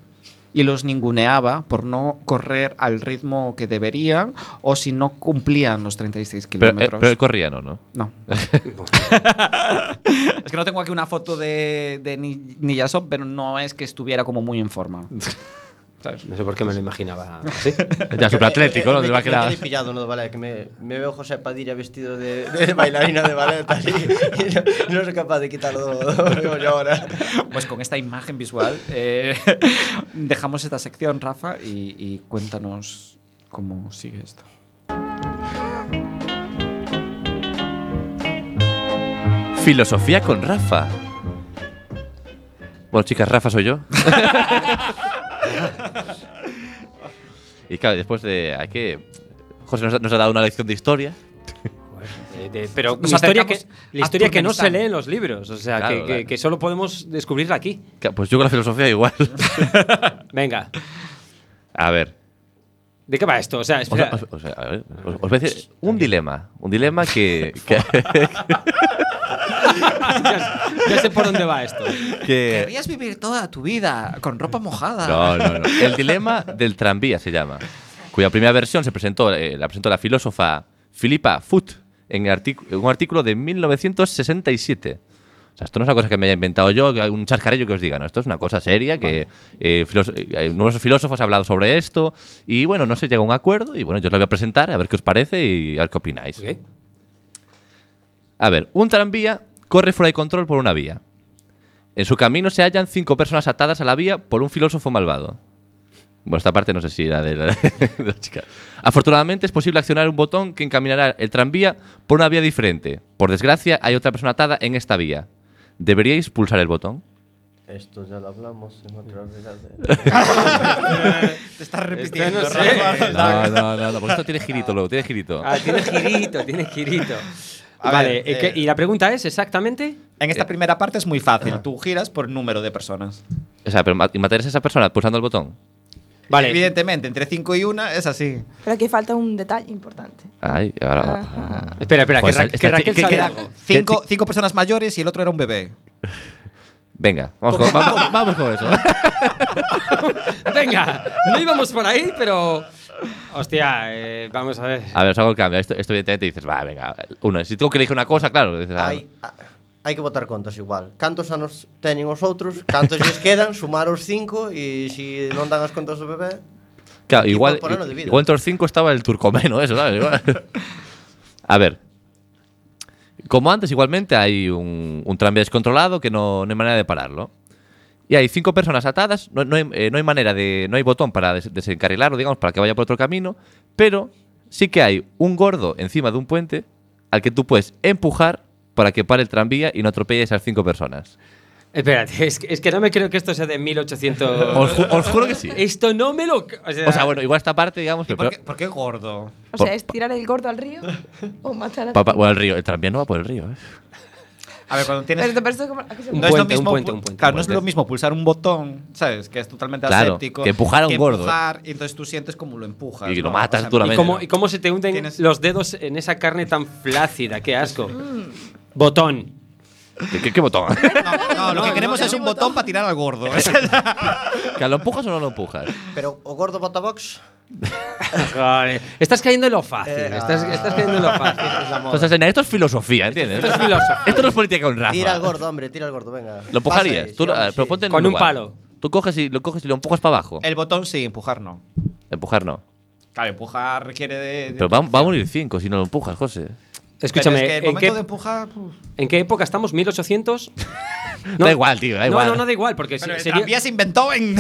[SPEAKER 3] y los ninguneaba por no correr al ritmo que deberían o si no cumplían los 36
[SPEAKER 4] Pero, eh,
[SPEAKER 3] kilómetros.
[SPEAKER 4] pero él corría, ¿no? ¿no?
[SPEAKER 3] No. es que no tengo aquí una foto de, de Ni- Niyazov, pero no es que estuviera como muy en forma.
[SPEAKER 5] No sé por qué me lo imaginaba así.
[SPEAKER 4] Ya súper atlético, ¿no?
[SPEAKER 6] Me,
[SPEAKER 4] Te va a
[SPEAKER 6] me
[SPEAKER 4] quedar-
[SPEAKER 6] quedé pillado, ¿no? de ballet, que me, me veo José Padilla vestido de, de bailarina de ballet así, y no, no soy capaz de quitarlo yo ahora.
[SPEAKER 3] Pues con esta imagen visual eh, dejamos esta sección, Rafa, y, y cuéntanos cómo sigue esto.
[SPEAKER 4] Filosofía con Rafa. Bueno, chicas, Rafa soy yo. y claro, después de. Hay que. José nos ha, nos ha dado una lección de historia.
[SPEAKER 5] Eh, de- pero
[SPEAKER 3] Nos
[SPEAKER 5] la historia, que,
[SPEAKER 3] acercamos
[SPEAKER 5] la historia
[SPEAKER 3] a
[SPEAKER 5] que no se
[SPEAKER 3] Turkmenistán.
[SPEAKER 5] lee en los libros, o sea,
[SPEAKER 4] Claro,
[SPEAKER 5] que, que-
[SPEAKER 4] claro.
[SPEAKER 5] que solo podemos descubrirla aquí.
[SPEAKER 4] Claro, Pues yo con la filosofía igual.
[SPEAKER 5] Venga,
[SPEAKER 4] a ver.
[SPEAKER 5] ¿de qué va esto? O sea,
[SPEAKER 4] O
[SPEAKER 5] espera.
[SPEAKER 4] sea, o- o sea, a ver, os, os voy a decir un dilema. Un dilema que. que,
[SPEAKER 5] ya, ya sé por dónde va esto.
[SPEAKER 4] que-
[SPEAKER 3] Querrías vivir toda tu vida con ropa mojada.
[SPEAKER 4] no, no, no. El dilema del tranvía se llama. Cuya primera versión se presentó, eh, la presentó la filósofa Philippa Foot en artic- en un artículo de 1967. O sea, esto no es una cosa que me haya inventado yo, que hay un chascarello que os diga, no, esto es una cosa seria, que eh, filos- eh, hay numerosos filósofos han hablado sobre esto y bueno, no se llega a un acuerdo y bueno, yo os lo voy a presentar, a ver qué os parece y a ver qué opináis.
[SPEAKER 5] Ok.
[SPEAKER 4] A ver, un tranvía corre fuera de control por una vía. En su camino se hallan cinco personas atadas a la vía por un filósofo malvado. Bueno, esta parte no sé si era de la, de la chica. Afortunadamente es posible accionar un botón que encaminará el tranvía por una vía diferente. Por desgracia, hay otra persona atada en esta vía. ¿Deberíais pulsar el botón?
[SPEAKER 6] Esto ya lo hablamos en otra
[SPEAKER 3] Te estás
[SPEAKER 5] Este
[SPEAKER 3] repitiendo.
[SPEAKER 5] no sé.
[SPEAKER 4] No, no, no, no, porque esto tiene girito luego, tiene girito.
[SPEAKER 5] Ah, tiene girito, tiene girito.
[SPEAKER 3] A
[SPEAKER 5] vale,
[SPEAKER 3] ver,
[SPEAKER 5] ¿y qué-
[SPEAKER 3] eh.
[SPEAKER 5] ¿y la pregunta es exactamente?
[SPEAKER 4] eh,
[SPEAKER 3] En esta primera parte es muy fácil. Tú giras por número de personas.
[SPEAKER 4] O sea, pero ma- ¿matarías a esa persona pulsando el botón?
[SPEAKER 5] Vale,
[SPEAKER 3] Evidentemente, entre 5 y 1 es así.
[SPEAKER 8] Pero aquí falta un detalle importante.
[SPEAKER 4] Ay, ahora...
[SPEAKER 8] Ajá.
[SPEAKER 5] espera, espera, que,
[SPEAKER 4] Pues
[SPEAKER 5] Ra-
[SPEAKER 4] esta-
[SPEAKER 5] que Raquel
[SPEAKER 4] que-
[SPEAKER 5] sabe
[SPEAKER 4] que-
[SPEAKER 5] algo.
[SPEAKER 3] Cinco, cinco personas mayores y el otro era un bebé.
[SPEAKER 4] Venga, vamos con, vamos- vamos con eso.
[SPEAKER 5] Venga, no íbamos por ahí, pero... Hostia, eh, vamos a ver.
[SPEAKER 4] A ver, os hago el cambio. Esto, esto evidentemente dices, va, venga. Uno, si tengo que elegir una cosa, claro. dices, ah,
[SPEAKER 6] Hai, a- hai que votar contas igual. Cantos anos teñen os outros, cantos lles quedan, sumar os cinco e se non dan as contas do bebé,
[SPEAKER 4] claro,
[SPEAKER 6] y
[SPEAKER 4] igual,
[SPEAKER 6] por- por ano de vida.
[SPEAKER 4] igual entre los cinco estaba el turcomeno, eso, ¿sabes? Igual. A ver. Como antes, igualmente hay un, un tranvía descontrolado que no, no hay manera de pararlo. Y hay cinco personas atadas, no, no hay, eh, no hay manera de. No hay botón para des- desencarrilarlo, digamos, para que vaya por otro camino, pero sí que hay un gordo encima de un puente al que tú puedes empujar para que pare el tranvía y no atropelle a esas cinco personas.
[SPEAKER 5] Espérate, es que, es que no me creo que esto sea de 1800...
[SPEAKER 4] Os, ju- os juro que sí.
[SPEAKER 5] Esto no me lo... cre-
[SPEAKER 4] O sea, bueno, igual esta parte, digamos, que.
[SPEAKER 3] ¿Por qué, por qué gordo?
[SPEAKER 8] O
[SPEAKER 4] Por-
[SPEAKER 8] sea, es tirar el gordo al río o matar a...
[SPEAKER 4] pa- pa- bueno, el río. El tranvía no va por el río, ¿eh?
[SPEAKER 3] A ver, cuando tienes.
[SPEAKER 8] Pero te parece como- ¿a qué se
[SPEAKER 5] Un
[SPEAKER 3] No es lo
[SPEAKER 8] me-
[SPEAKER 5] puente, un
[SPEAKER 3] mismo
[SPEAKER 5] puente,
[SPEAKER 3] pu-
[SPEAKER 5] un puente,
[SPEAKER 3] claro,
[SPEAKER 5] un
[SPEAKER 3] no es lo
[SPEAKER 5] puente.
[SPEAKER 3] mismo pulsar un botón, ¿sabes? Que es totalmente
[SPEAKER 4] Claro,
[SPEAKER 3] aséptico.
[SPEAKER 4] que empujar a un gordo.
[SPEAKER 3] empujar, y entonces tú sientes como lo empujas.
[SPEAKER 4] Y lo
[SPEAKER 3] ¿no?
[SPEAKER 4] matas
[SPEAKER 3] sea,
[SPEAKER 4] duramente.
[SPEAKER 5] ¿Y cómo, y cómo se te hunden
[SPEAKER 3] Tienes-
[SPEAKER 5] los dedos en esa carne tan flácida? ¡Qué asco! Botón.
[SPEAKER 4] ¿Qué, qué- qué botón?
[SPEAKER 3] No, no, lo que
[SPEAKER 5] no,
[SPEAKER 3] queremos
[SPEAKER 8] no,
[SPEAKER 3] es
[SPEAKER 8] no,
[SPEAKER 3] un
[SPEAKER 8] no,
[SPEAKER 3] botón
[SPEAKER 8] no.
[SPEAKER 3] para tirar al gordo. ¿eh?
[SPEAKER 4] ¿Que lo empujas o no lo empujas?
[SPEAKER 6] pero o gordo bota box,
[SPEAKER 5] Joder, Estás cayendo en lo fácil.
[SPEAKER 6] Eh,
[SPEAKER 5] Estás,
[SPEAKER 6] ah.
[SPEAKER 5] estás cayendo en lo fácil.
[SPEAKER 6] es la moda.
[SPEAKER 4] Entonces, nena, esto es filosofía, ¿entiendes?
[SPEAKER 5] Esto es filosofía.
[SPEAKER 4] Esto no es política con raza.
[SPEAKER 6] tira al gordo, hombre, tira al gordo, venga.
[SPEAKER 4] Lo empujarías.
[SPEAKER 6] Pasáis,
[SPEAKER 4] Tú, lo-
[SPEAKER 6] hombre,
[SPEAKER 4] ah, pero
[SPEAKER 6] sí.
[SPEAKER 4] ponte en
[SPEAKER 5] Con un
[SPEAKER 4] lugar.
[SPEAKER 5] palo.
[SPEAKER 4] Tú coges y lo coges y lo empujas para abajo.
[SPEAKER 3] El botón sí, empujar no.
[SPEAKER 4] Empujar no.
[SPEAKER 3] Claro, empujar requiere de. de-
[SPEAKER 4] Pero va, va a morir cinco si no lo empujas, José.
[SPEAKER 5] Escúchame,
[SPEAKER 3] Pero es que el
[SPEAKER 5] ¿en,
[SPEAKER 3] momento
[SPEAKER 5] qué,
[SPEAKER 3] de empujar. puf.
[SPEAKER 5] en qué época estamos? ¿1800?
[SPEAKER 4] Da igual, tío, da igual.
[SPEAKER 5] No, no, no da igual, porque
[SPEAKER 3] Pero el
[SPEAKER 5] sería-
[SPEAKER 3] tranvía se inventó en.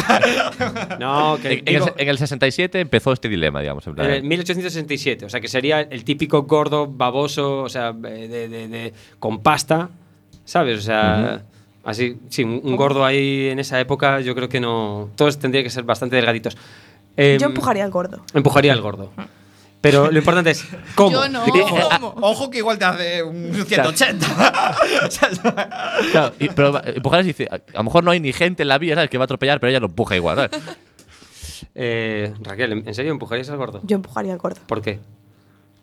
[SPEAKER 5] No, que
[SPEAKER 4] En, en el,
[SPEAKER 5] digo,
[SPEAKER 4] se- en el 67 empezó este dilema, digamos. En plan,
[SPEAKER 5] en el 1867, o sea, que sería el típico gordo, baboso, o sea, eh, de, de- de- con pasta, ¿sabes? O sea, así, sí, un, un gordo ahí en esa época, yo creo que no. Todos tendrían que ser bastante delgaditos. Em,
[SPEAKER 8] Yo empujaría al gordo.
[SPEAKER 5] Empujaría al gordo. Pero lo importante es cómo.
[SPEAKER 7] Yo no.
[SPEAKER 3] Ojo,
[SPEAKER 7] ¿Cómo?
[SPEAKER 3] ojo que igual te hace un 180.
[SPEAKER 4] Claro, y- pero va- empujar es dice, a, a lo mejor no hay ni gente en la vía, ¿sabes? Que va a atropellar, pero ella lo empuja igual, ¿sabes?
[SPEAKER 5] Eh, Raquel, ¿en en serio empujarías al gordo?
[SPEAKER 8] Yo empujaría al gordo.
[SPEAKER 5] ¿Por qué?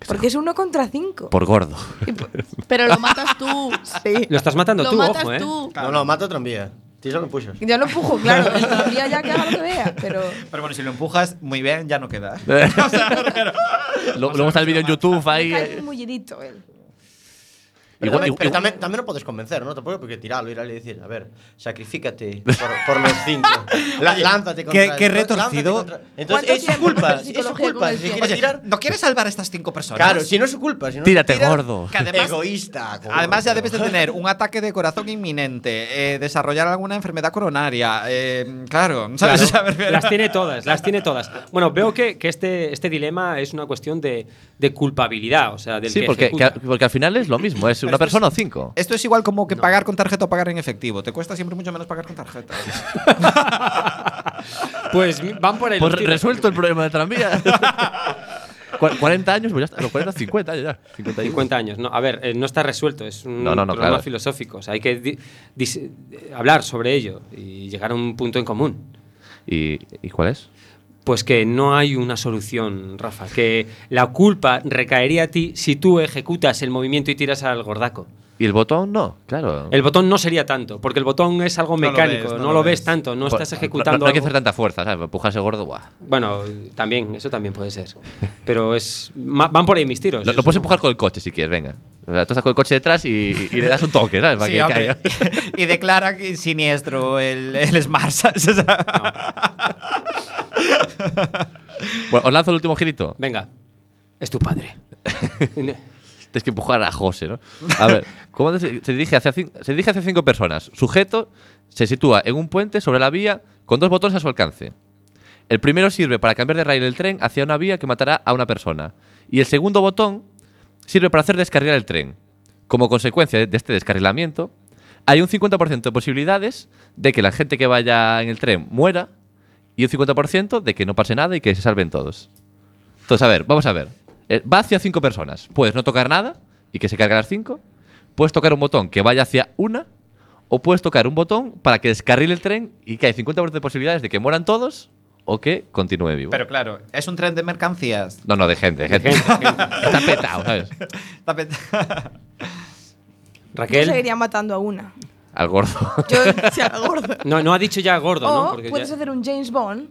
[SPEAKER 8] Porque es uno contra cinco.
[SPEAKER 4] Por gordo.
[SPEAKER 8] Y po-
[SPEAKER 7] Pero lo matas tú.
[SPEAKER 8] Sí.
[SPEAKER 5] Lo estás matando
[SPEAKER 7] lo
[SPEAKER 5] tú,
[SPEAKER 7] matas
[SPEAKER 5] ojo, ¿eh?
[SPEAKER 7] tú.
[SPEAKER 6] No, no, mata tranvía. Ti solo puxas.
[SPEAKER 8] Yo lo empujo, claro. El tranvía ya que haga lo que vea, pero.
[SPEAKER 3] Pero bueno, si lo empujas muy bien, ya no queda.
[SPEAKER 4] Lo- Luego está el vídeo en YouTube ahí.
[SPEAKER 8] Cae
[SPEAKER 4] eh,
[SPEAKER 8] muy mullidito él.
[SPEAKER 6] Pero,
[SPEAKER 4] Igual-
[SPEAKER 6] tamén,
[SPEAKER 4] igual-
[SPEAKER 6] pero tamén, tamén non podes convencer, non? Tampouco porque tiralo, ir ali e dicir, a ver, sacrifícate por, por los cinco. La, lánzate
[SPEAKER 3] qué-
[SPEAKER 6] contra
[SPEAKER 3] qué
[SPEAKER 6] el-
[SPEAKER 3] retorcido.
[SPEAKER 6] lánzate contra- Entonces,
[SPEAKER 8] ¿Cuánto
[SPEAKER 6] es su
[SPEAKER 8] tiempo
[SPEAKER 6] culpa,
[SPEAKER 8] de
[SPEAKER 6] es su
[SPEAKER 8] psicología
[SPEAKER 6] culpa.
[SPEAKER 8] con el
[SPEAKER 6] Si
[SPEAKER 8] tiempo?
[SPEAKER 6] quieres tirar...
[SPEAKER 3] ¿no quieres salvar a estas cinco personas?
[SPEAKER 6] Claro, si no es su culpa. Si no
[SPEAKER 4] Tírate,
[SPEAKER 6] tira-
[SPEAKER 4] gordo.
[SPEAKER 3] Que además,
[SPEAKER 6] Egoísta. gordo.
[SPEAKER 3] además ya debes de tener un ataque de corazón inminente, eh, desarrollar alguna enfermedad coronaria. eh, claro,
[SPEAKER 5] Claro,
[SPEAKER 3] ¿sabes? A ver,
[SPEAKER 5] las tiene todas, las tiene todas. Bueno, veo que, que este, este dilema es una cuestión de, de culpabilidad, o sea, del
[SPEAKER 4] Sí,
[SPEAKER 5] que
[SPEAKER 4] porque, que
[SPEAKER 5] ejecuta.
[SPEAKER 4] a- porque al final es lo mismo, es una persona o cinco.
[SPEAKER 3] Esto es igual como que pagar con tarjeta o pagar en efectivo. Te cuesta siempre mucho menos pagar con tarjeta. ¿eh?
[SPEAKER 5] Pues mi- van por ahí.
[SPEAKER 4] Pues
[SPEAKER 5] los tiros.
[SPEAKER 4] resuelto el problema del tranvía. Cu- 40 años, pues ya está. A los 40, 50 años ya. 51.
[SPEAKER 5] 50 años. No, a ver, eh, no está resuelto, es un
[SPEAKER 4] No, no, no,
[SPEAKER 5] problema
[SPEAKER 4] claro.
[SPEAKER 5] filosófico. O sea, hay que di- dis- eh, hablar sobre ello y llegar a un punto en común.
[SPEAKER 4] ¿Y, ¿Y cuál es?
[SPEAKER 5] Pues que no hay una solución, Rafa. Que la culpa recaería a ti si tú ejecutas el movimiento y tiras al gordaco.
[SPEAKER 4] ¿Y el botón? No, claro.
[SPEAKER 5] El botón no sería tanto, porque el botón es algo
[SPEAKER 3] lo
[SPEAKER 5] mecánico, no lo ves,
[SPEAKER 3] ves, no lo ves.
[SPEAKER 5] tanto, no
[SPEAKER 4] Por-
[SPEAKER 5] estás ejecutando.
[SPEAKER 4] Pues, No, no hay que
[SPEAKER 5] algo-
[SPEAKER 4] hacer tanta fuerza, ¿sabes? Empujarse gordo, guau.
[SPEAKER 5] Bueno, también, eso también puede ser. Pero es. ma- van por ahí mis tiros.
[SPEAKER 4] Lo, lo
[SPEAKER 5] Es-
[SPEAKER 4] puedes empujar con el coche si quieres, venga. O sea, tú estás con el coche detrás y, y le das un toque, ¿sabes? Para
[SPEAKER 3] Sí,
[SPEAKER 4] que
[SPEAKER 3] hombre.
[SPEAKER 4] caiga.
[SPEAKER 3] y declara que siniestro el, el Smart. ¿sabes? O sea,
[SPEAKER 4] Bueno, os lanzo el último girito.
[SPEAKER 5] Venga, es tu padre.
[SPEAKER 4] Tienes que empujar a José, ¿no? A ver, ¿cómo se se dirige, hacia cin- se dirige hacia cinco personas? Sujeto se sitúa en un puente sobre la vía con dos botones a su alcance. El primero sirve para cambiar de rail el tren hacia una vía que matará a una persona. Y el segundo botón sirve para hacer descarrilar el tren. Como consecuencia de este descarrilamiento, hay un 50% de posibilidades de que la gente que vaya en el tren muera y un 50% de que no pase nada y que se salven todos. Entonces, a ver, vamos a ver. Eh, Va hacia cinco personas. Puedes no tocar nada y que se cargue las cinco. Puedes tocar un botón que vaya hacia una. O puedes tocar un botón para que descarrile el tren y que hay 50% de posibilidades de que mueran todos o que continúe vivo.
[SPEAKER 3] pero claro, es un tren de mercancías.
[SPEAKER 4] no, no, de gente, de gente. Está petado, ¿sabes?
[SPEAKER 3] Está pet-
[SPEAKER 8] Yo
[SPEAKER 5] Raquel.
[SPEAKER 8] seguiría matando a una.
[SPEAKER 4] Al gordo.
[SPEAKER 8] Yo si al gordo.
[SPEAKER 5] No, no ha dicho ya gordo, ¿no?
[SPEAKER 8] O
[SPEAKER 5] Porque
[SPEAKER 8] puedes
[SPEAKER 5] ya-
[SPEAKER 8] hacer un James Bond,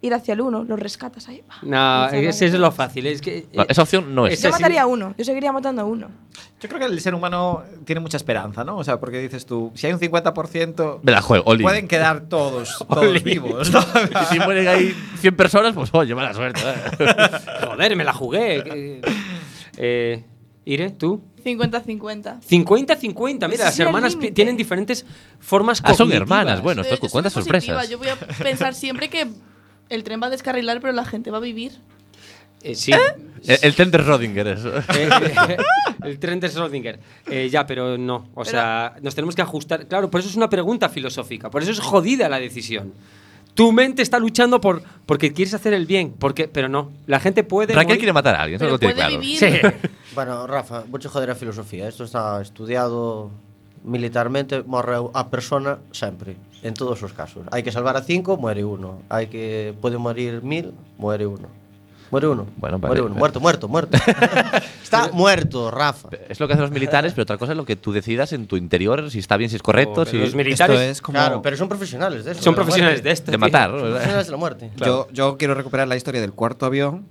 [SPEAKER 8] ir hacia el uno, lo rescatas ahí. va.
[SPEAKER 5] No,
[SPEAKER 8] Dice,
[SPEAKER 5] ese es
[SPEAKER 8] vale.
[SPEAKER 5] lo fácil. Es que,
[SPEAKER 4] No, esa opción no es.
[SPEAKER 5] Ese
[SPEAKER 8] Yo
[SPEAKER 5] sí-
[SPEAKER 8] mataría a uno, yo seguiría matando a uno.
[SPEAKER 3] Yo creo que el ser humano tiene mucha esperanza, ¿no? O sea, porque dices tú, si hay un 50%,
[SPEAKER 4] Me la juego, Oli.
[SPEAKER 3] pueden quedar todos, todos vivos, ¿no?
[SPEAKER 4] Y si mueren ahí 100 personas, pues oye, mala suerte. ¿eh?
[SPEAKER 5] Joder, me la jugué. Eh, eh, Ire, tú.
[SPEAKER 7] 50-50.
[SPEAKER 5] 50-50, mira,
[SPEAKER 8] Ese
[SPEAKER 5] las
[SPEAKER 8] es el
[SPEAKER 5] hermanas pi-
[SPEAKER 8] límite.
[SPEAKER 5] tienen diferentes formas
[SPEAKER 4] Ah, son
[SPEAKER 5] cognitivas.
[SPEAKER 4] hermanas, bueno.
[SPEAKER 7] Pero
[SPEAKER 4] Toco,
[SPEAKER 7] yo soy
[SPEAKER 4] ¿cuántas
[SPEAKER 7] muy positiva,
[SPEAKER 4] sorpresas?
[SPEAKER 7] Yo voy a pensar siempre que el tren va a descarrilar, pero la gente va a vivir.
[SPEAKER 5] Eh, sí.
[SPEAKER 4] El, el tren de Rodinger, eso.
[SPEAKER 5] Eh, eh, el tren de Schrödinger. Eh, ya, pero no. O sea, nos tenemos que ajustar. Claro, por eso es una pregunta filosófica. Por eso es jodida la decisión. Tu mente está luchando por porque quieres hacer el bien, porque, pero no. La gente puede.
[SPEAKER 4] Raquel
[SPEAKER 5] morir-
[SPEAKER 4] quiere matar a alguien, eso
[SPEAKER 7] Pero
[SPEAKER 4] lo tiene
[SPEAKER 7] puede
[SPEAKER 4] claro.
[SPEAKER 7] vivir.
[SPEAKER 5] Sí.
[SPEAKER 6] Bueno, Rafa, vou che joder a filosofía. Isto está estudiado militarmente, morre a persona sempre, en todos os casos. Hai que salvar a cinco, muere uno. Hai que pode morir mil, muere uno. Muere uno.
[SPEAKER 4] Bueno,
[SPEAKER 6] muere
[SPEAKER 4] vale,
[SPEAKER 6] uno.
[SPEAKER 4] vale.
[SPEAKER 6] Muerto, muerto, muerto. está muerto, Rafa.
[SPEAKER 4] Es lo que hacen los militares, pero otra cosa es lo que tú decidas en tu interior, si está bien, si es correcto,
[SPEAKER 5] Pero
[SPEAKER 4] si
[SPEAKER 5] los
[SPEAKER 3] Esto
[SPEAKER 5] militares
[SPEAKER 3] es como...
[SPEAKER 6] Claro, pero son profesionales de eso.
[SPEAKER 5] son profesionales de esto.
[SPEAKER 4] de
[SPEAKER 5] tío.
[SPEAKER 4] matar. ¿no? ¿Verdad?
[SPEAKER 6] Profesionales de la muerte.
[SPEAKER 3] Yo, yo quiero recuperar la historia del cuarto avión.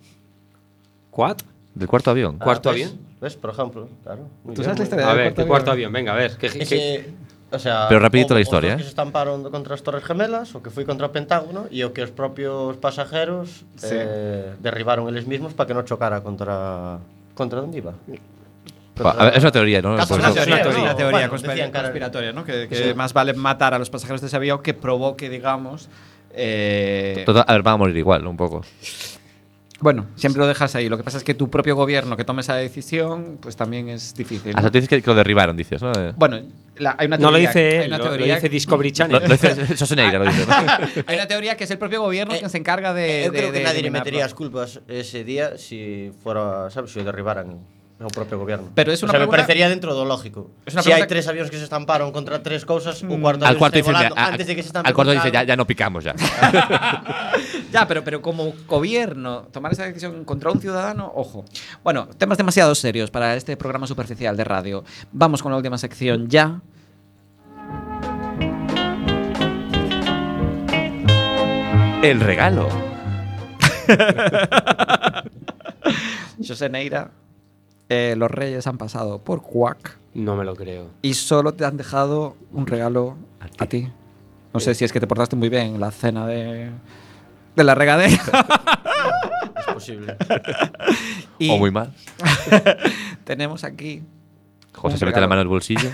[SPEAKER 5] ¿Cuat?
[SPEAKER 4] Del cuarto avión.
[SPEAKER 5] ¿Cuarto
[SPEAKER 6] ves,
[SPEAKER 5] avión?
[SPEAKER 6] pues, Ves, por ejemplo, claro. muy
[SPEAKER 3] ¿Tú
[SPEAKER 6] bien,
[SPEAKER 3] sabes la
[SPEAKER 6] muy
[SPEAKER 3] historia
[SPEAKER 5] A
[SPEAKER 3] del
[SPEAKER 5] ver,
[SPEAKER 3] cuarto
[SPEAKER 5] ¿qué cuarto avión? Venga, a ver. que- que-
[SPEAKER 6] Ese, o sea,
[SPEAKER 4] Pero rapidito
[SPEAKER 6] o-
[SPEAKER 4] la historia,
[SPEAKER 6] os dos que
[SPEAKER 4] eh.
[SPEAKER 6] se estamparon do- contra as Torres Gemelas, o que foi contra o Pentágono e o que os propios pasajeros
[SPEAKER 3] Sí.
[SPEAKER 6] eh, derribaron eles mismos para que non chocara contra contra onde iba.
[SPEAKER 4] Pa- Pues, a ver, es una teoría, ¿no? Por
[SPEAKER 6] Caso Una
[SPEAKER 4] eso-
[SPEAKER 6] teoría, ¿no?
[SPEAKER 3] una Pues teoría
[SPEAKER 6] Bueno,
[SPEAKER 3] conspira-
[SPEAKER 6] decían que era-
[SPEAKER 3] conspiratoria, ¿no? Que, que más vale matar a los pasajeros de ese avión que provoque, digamos. eh,
[SPEAKER 4] Total, a ver, van a morir igual, ¿no? un poco.
[SPEAKER 3] Bueno, siempre lo dejas ahí. Lo que pasa es que tu propio gobierno que tome esa decisión, pues también es difícil. ¿no?
[SPEAKER 4] Hasta tú dices que, que lo derribaron, dices, ¿no? Eh,
[SPEAKER 3] Bueno, la- hay una teoría.
[SPEAKER 5] No lo dice
[SPEAKER 3] hay
[SPEAKER 5] él,
[SPEAKER 3] una
[SPEAKER 5] lo, lo
[SPEAKER 3] teoría-
[SPEAKER 5] dice Discovery
[SPEAKER 4] Lo,
[SPEAKER 5] Channel.
[SPEAKER 4] lo dice Soseneira, lo dice. ¿no?
[SPEAKER 3] hay una teoría que es el propio gobierno
[SPEAKER 6] Eh,
[SPEAKER 3] quien se encarga de.
[SPEAKER 6] Eu creo
[SPEAKER 3] de- de
[SPEAKER 6] que nadie le
[SPEAKER 3] eliminarlo.
[SPEAKER 6] metería as culpas ese día si fuera, sabes, si o derribaran ao propio gobierno.
[SPEAKER 3] Pero es
[SPEAKER 6] O
[SPEAKER 3] una
[SPEAKER 6] sea, me
[SPEAKER 3] pregunta-
[SPEAKER 6] parecería dentro do lógico.
[SPEAKER 3] Es una
[SPEAKER 6] Si
[SPEAKER 3] pregunta- Mm.
[SPEAKER 6] hai tres avións que se estamparon contra tres cousas, o cuarto
[SPEAKER 4] Al
[SPEAKER 6] avión
[SPEAKER 4] cuarto
[SPEAKER 6] sai
[SPEAKER 4] dice,
[SPEAKER 6] volando
[SPEAKER 4] mira, a-
[SPEAKER 6] antes de que se estampe
[SPEAKER 4] al cuarto
[SPEAKER 6] contra
[SPEAKER 4] dice, ya,
[SPEAKER 6] algo.
[SPEAKER 4] ya no picamos ya.
[SPEAKER 3] Ya, pero, pero como gobierno, tomar esa decisión contra un ciudadano, ojo. Bueno, temas demasiado serios para este programa superficial de radio. Vamos con la última sección ya.
[SPEAKER 4] El regalo.
[SPEAKER 3] José Neira, eh, los reyes han pasado por Cuac
[SPEAKER 5] No me lo creo.
[SPEAKER 3] y solo te han dejado un regalo a ti. No sé si es que te portaste muy bien en la cena de, de la regadera.
[SPEAKER 6] Es posible.
[SPEAKER 3] Y
[SPEAKER 4] O Oh, muy mal.
[SPEAKER 3] tenemos aquí
[SPEAKER 4] José
[SPEAKER 3] Un
[SPEAKER 4] se mete la
[SPEAKER 3] regalo.
[SPEAKER 4] mano en el bolsillo.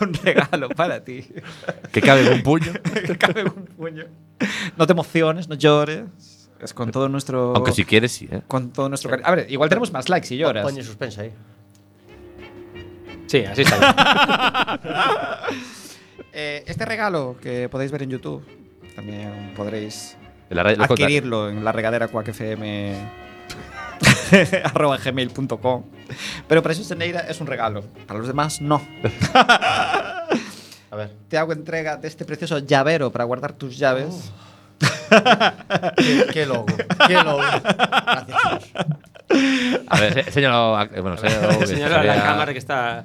[SPEAKER 3] un regalo para ti.
[SPEAKER 4] Que cabe en un puño.
[SPEAKER 3] que cabe un puño. No te emociones, no llores. Es con todo nuestro.
[SPEAKER 4] Aunque si quieres, sí. ¿eh?
[SPEAKER 3] Con todo nuestro cari- A ver, igual tenemos más likes si lloras.
[SPEAKER 6] Poñe suspensa aí.
[SPEAKER 5] Oh, Sí, así está. bien.
[SPEAKER 3] Eh, este regalo que podéis ver en YouTube, también podréis
[SPEAKER 4] En la radio lo contaré.
[SPEAKER 3] adquirirlo en la regadera cuacfm arroba gmail.com pero para Jesús Neira es un regalo para los demás no
[SPEAKER 6] A ver.
[SPEAKER 3] te hago entrega de este precioso llavero para guardar tus llaves
[SPEAKER 6] Que, que logo, que logo. Gracias, chicos.
[SPEAKER 4] A ver, se- señalo. a- Bueno, señalo. que
[SPEAKER 5] Señora de
[SPEAKER 4] sería-
[SPEAKER 5] la cámara que está.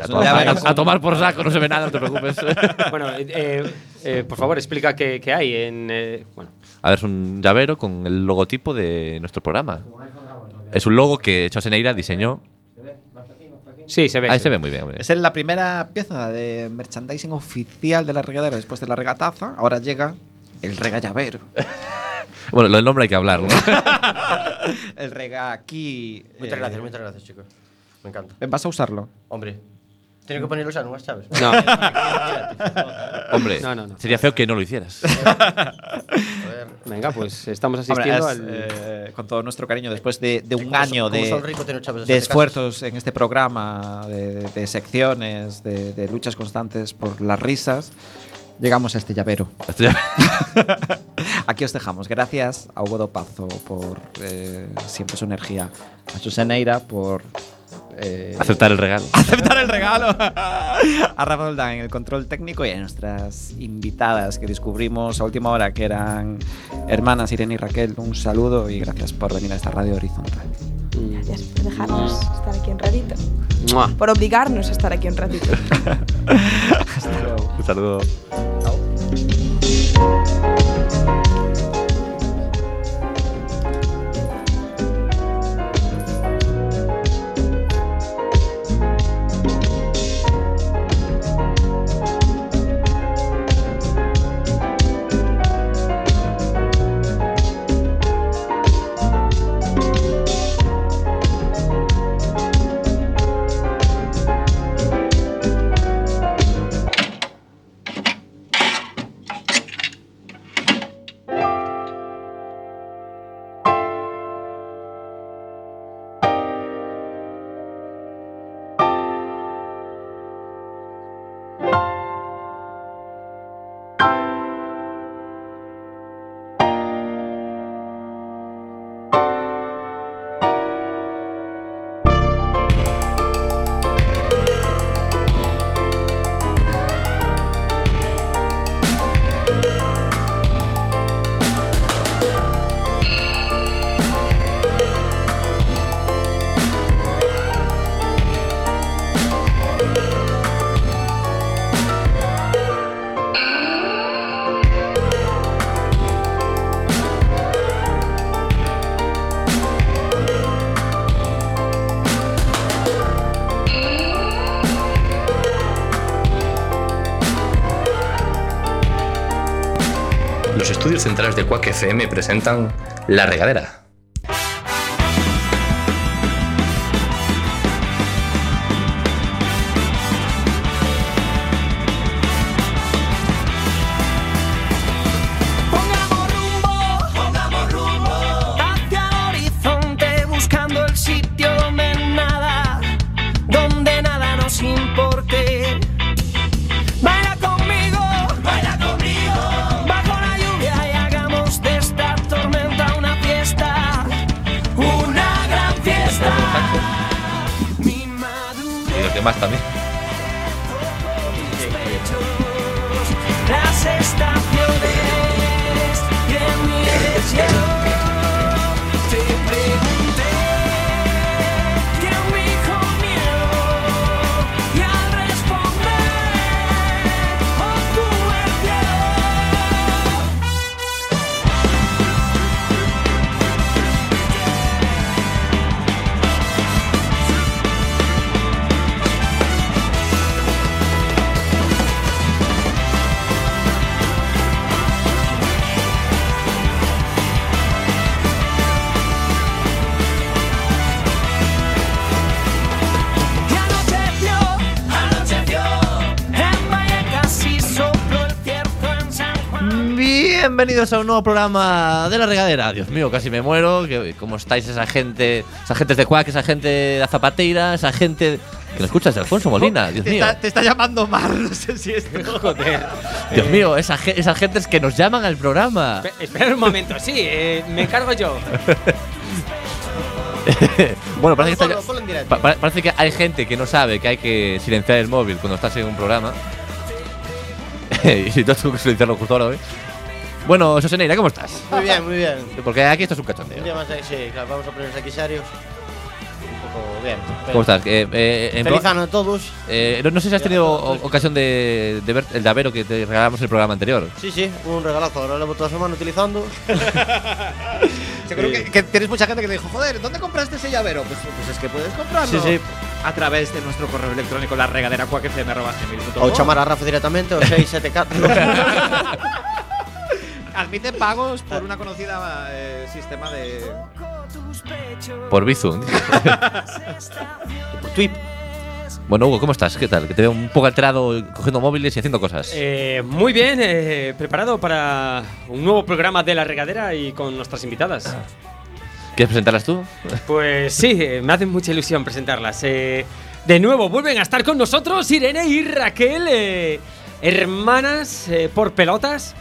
[SPEAKER 4] A tomar,
[SPEAKER 3] Ya verás.
[SPEAKER 4] a- a tomar por saco, no se ve nada, no te preocupes.
[SPEAKER 5] Bueno, eh, eh, eh, por favor, explica qué, qué hay en. eh, bueno,
[SPEAKER 4] A ver, es un llavero con el logotipo de nuestro programa. Es un logo que Choseneira diseñó.
[SPEAKER 5] sí, se ve.
[SPEAKER 4] Ahí
[SPEAKER 5] sí.
[SPEAKER 4] se ve muy bien. muy bien.
[SPEAKER 3] es la primera pieza de merchandising oficial de la regadera después de la regataza ahora llega el rega llavero
[SPEAKER 4] Bueno, lo del nombre hay que hablar, ¿no?
[SPEAKER 3] el rega aquí
[SPEAKER 6] Moitas
[SPEAKER 3] eh,
[SPEAKER 6] gracias, moitas gracias, chicos. Me encanta.
[SPEAKER 3] vas a usarlo
[SPEAKER 6] Hombre, teño que poneros xa nunhas chaves.
[SPEAKER 5] No.
[SPEAKER 4] Hombre,
[SPEAKER 5] No, no, no.
[SPEAKER 4] sería feo que no lo hicieras.
[SPEAKER 6] A ver.
[SPEAKER 5] Venga, pues estamos
[SPEAKER 3] Hombre,
[SPEAKER 5] asistiendo
[SPEAKER 3] es,
[SPEAKER 5] al.
[SPEAKER 3] eh, con todo nuestro cariño, después de, de un
[SPEAKER 6] Como son-
[SPEAKER 3] año
[SPEAKER 6] como
[SPEAKER 3] de,
[SPEAKER 6] son ricos, tienen chaves
[SPEAKER 3] de
[SPEAKER 6] en este caso.
[SPEAKER 3] esfuerzos en este programa, de, de- de secciones, de, de luchas constantes por las risas, llegamos a este llavero.
[SPEAKER 4] Esto ya-
[SPEAKER 3] Aquí os dejamos. Gracias a Hugo Dopazo por eh, siempre su energía, a Suseneira por eh,
[SPEAKER 4] Aceptar el regalo.
[SPEAKER 3] aceptar el regalo, a Rafa Doldán en el control técnico y a nuestras invitadas que descubrimos a última hora que eran hermanas Irene y Raquel. Un saludo y gracias por venir a esta radio horizontal.
[SPEAKER 8] Gracias por dejarnos estar aquí un ratito.
[SPEAKER 5] Mua.
[SPEAKER 8] Por obligarnos a estar aquí un ratito.
[SPEAKER 4] Un saludo.
[SPEAKER 1] Los estudios centrales de Quack FM presentan La Regadera.
[SPEAKER 2] Pongamos rumbo, pongamos rumbo hacia el
[SPEAKER 4] demás también.
[SPEAKER 2] las estaciones y en mi deseo te pregunté qué dijo miedo y al responder obtuve el cielo Y anocheció, anocheció En Vallecas y sopló el cierto en San Juan
[SPEAKER 4] Bienvenidos a un nuevo programa de la regadera. Dios mío, casi me muero. que- ¿Cómo estáis esa gente? Esa gente de Cuac, esa gente de la Zapateira, esa gente. ¿Que lo escuchas, Alfonso Molina? Dios
[SPEAKER 3] te,
[SPEAKER 4] mío.
[SPEAKER 3] está, te está llamando Mar, no sé si es.
[SPEAKER 4] Dios mío, esa ge- esas gentes que nos llaman al programa.
[SPEAKER 5] Espe- Esperad un momento, sí, eh, me encargo yo.
[SPEAKER 4] Bueno, parece que,
[SPEAKER 6] Ponlo,
[SPEAKER 4] está-
[SPEAKER 6] ponlo en directo.
[SPEAKER 4] pa- pa- parece que hay gente que no sabe que hay que silenciar el móvil cuando estás en un programa. y si tú has tenido que silenciarlo justo ahora hoy. Bueno, Soseneira, ¿cómo estás?
[SPEAKER 6] Muy bien, muy bien.
[SPEAKER 4] Porque aquí esto es un
[SPEAKER 6] Un
[SPEAKER 4] cachondeo.
[SPEAKER 6] día más ahí, sí, claro, vamos a ponernos aquí serios. Un poco bien.
[SPEAKER 4] ¿Cómo estás? Eh, eh, en
[SPEAKER 6] Feliz
[SPEAKER 4] pro-
[SPEAKER 6] año a todos.
[SPEAKER 4] eh, no, no sé si has tenido o- ocasión de, de ver el davero que te regalamos en el programa anterior.
[SPEAKER 6] Sí, sí, un regalazo. Ahora lo llevo toda la semana utilizando.
[SPEAKER 3] Seguro que, que tienes mucha gente que te dijo, joder, ¿dónde compraste ese llavero? Pues, pues es que puedes comprarlo.
[SPEAKER 6] Sí, sí.
[SPEAKER 3] A través de nuestro correo electrónico, la regadera
[SPEAKER 6] O chamar a Rafa directamente, o 674.
[SPEAKER 3] Admite pagos por una conocida eh, sistema de.
[SPEAKER 2] tus pechos
[SPEAKER 4] Por Bizum.
[SPEAKER 2] Pues,
[SPEAKER 6] Twip.
[SPEAKER 4] bueno, Hugo, ¿cómo estás? ¿Qué tal? Que te veo un poco alterado eh, cogiendo móviles y haciendo cosas.
[SPEAKER 5] Eh, muy bien, eh, preparado para un nuevo programa de la regadera y con nuestras invitadas.
[SPEAKER 4] ¿Quieres presentarlas tú?
[SPEAKER 5] Pues sí, eh, me hace mucha ilusión presentarlas. Eh, de nuevo, vuelven a estar con nosotros Irene y Raquel, eh, hermanas eh, por pelotas.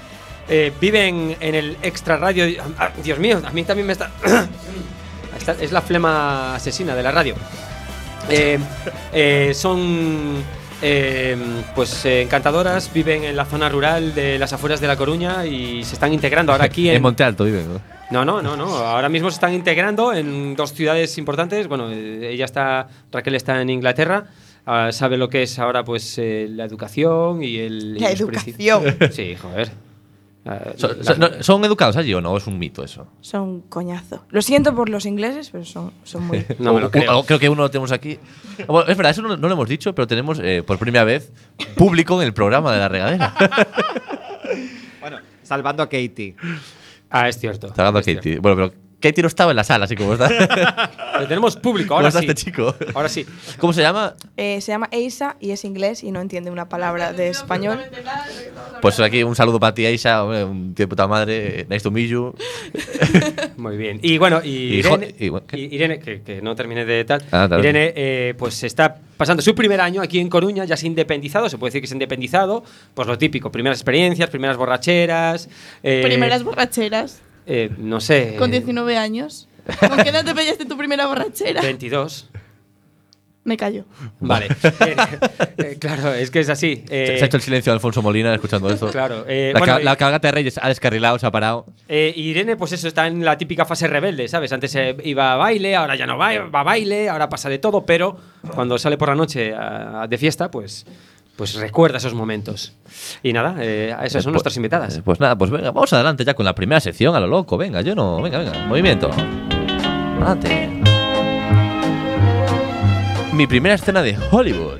[SPEAKER 5] eh, viven en el extra radio. Ah, Dios mío, a mí también me está. Esta es la flema asesina de la radio. Eh, eh, son eh, pues eh, encantadoras, viven en la zona rural de las afueras de La Coruña y se están integrando ahora aquí
[SPEAKER 4] en Monte Alto, viven. ¿no?
[SPEAKER 5] no, no, no, no. Ahora mismo se están integrando en dos ciudades importantes. Bueno, eh, ella está, Raquel está en Inglaterra. ah, sabe lo que es ahora, pues, eh, la educación y el. y
[SPEAKER 8] La
[SPEAKER 5] los principios.
[SPEAKER 8] educación.
[SPEAKER 5] Sí, joder. Ah,
[SPEAKER 4] So-
[SPEAKER 5] la-
[SPEAKER 4] so- no- ¿Son educados allí o no? ¿O Es un mito eso.
[SPEAKER 8] Son un coñazo. Lo siento por los ingleses, pero son, son muy.
[SPEAKER 5] No me lo
[SPEAKER 4] O-
[SPEAKER 5] creo.
[SPEAKER 4] o- creo que uno lo tenemos aquí. Bueno, es verdad, eso no, no lo hemos dicho, pero tenemos eh, por primera vez público en el programa de la regadera.
[SPEAKER 3] Bueno, salvando a Katie.
[SPEAKER 5] Ah, es cierto.
[SPEAKER 4] Está hablando
[SPEAKER 5] es cierto.
[SPEAKER 4] Katie. Bueno, pero Katie no estaba en la sala, así como está.
[SPEAKER 5] Pero tenemos público,
[SPEAKER 4] ¿Cómo
[SPEAKER 5] ahora
[SPEAKER 4] está
[SPEAKER 5] sí.
[SPEAKER 4] este chico?
[SPEAKER 5] Ahora sí.
[SPEAKER 4] ¿Cómo se llama?
[SPEAKER 8] Eh, se llama Eisa y es inglés y no entiende una palabra de español.
[SPEAKER 4] Pues aquí un saludo para ti, Aisha, hombre, un tío de puta madre. eh, Nice to meet you.
[SPEAKER 5] Muy bien. Y bueno, y
[SPEAKER 4] Y jo-
[SPEAKER 5] Irene,
[SPEAKER 4] y bueno, ¿qué?
[SPEAKER 5] y Irene, que, que no termine de tal.
[SPEAKER 4] Ah, dale.
[SPEAKER 5] Irene, eh, pues está pasando su primer año aquí en Coruña, ya se ha independizado, se puede decir que se ha independizado, pues lo típico, primeras experiencias, primeras borracheras. eh,
[SPEAKER 7] Primeras borracheras.
[SPEAKER 5] eh, no sé.
[SPEAKER 7] Con 19 años. ¿Con qué edad te pegaste tu primera borrachera?
[SPEAKER 5] 22.
[SPEAKER 7] Me callo.
[SPEAKER 5] Vale. Bien. Eh, claro, es que es así. eh,
[SPEAKER 4] se, se ha hecho el silencio de Alfonso Molina escuchando esto.
[SPEAKER 5] Claro, eh,
[SPEAKER 4] la,
[SPEAKER 5] bueno,
[SPEAKER 4] ca-
[SPEAKER 5] eh,
[SPEAKER 4] la cabalgata de Reyes ha descarrilado, se ha parado.
[SPEAKER 5] Eh, Irene, pues eso, está en la típica fase rebelde, ¿sabes? Antes eh, iba a baile, ahora ya no va, va a baile, ahora pasa de todo, pero cuando sale por la noche a- a- de fiesta, pues, pues recuerda esos momentos. Y nada, eh, esas son
[SPEAKER 4] Eh,
[SPEAKER 5] nuestras
[SPEAKER 4] pues-
[SPEAKER 5] invitadas.
[SPEAKER 4] eh, Pues nada, pues venga, vamos adelante ya con la primera sección a lo loco. Venga, yo no. Venga, venga. Movimiento. Adelante. Mi primera escena de Hollywood.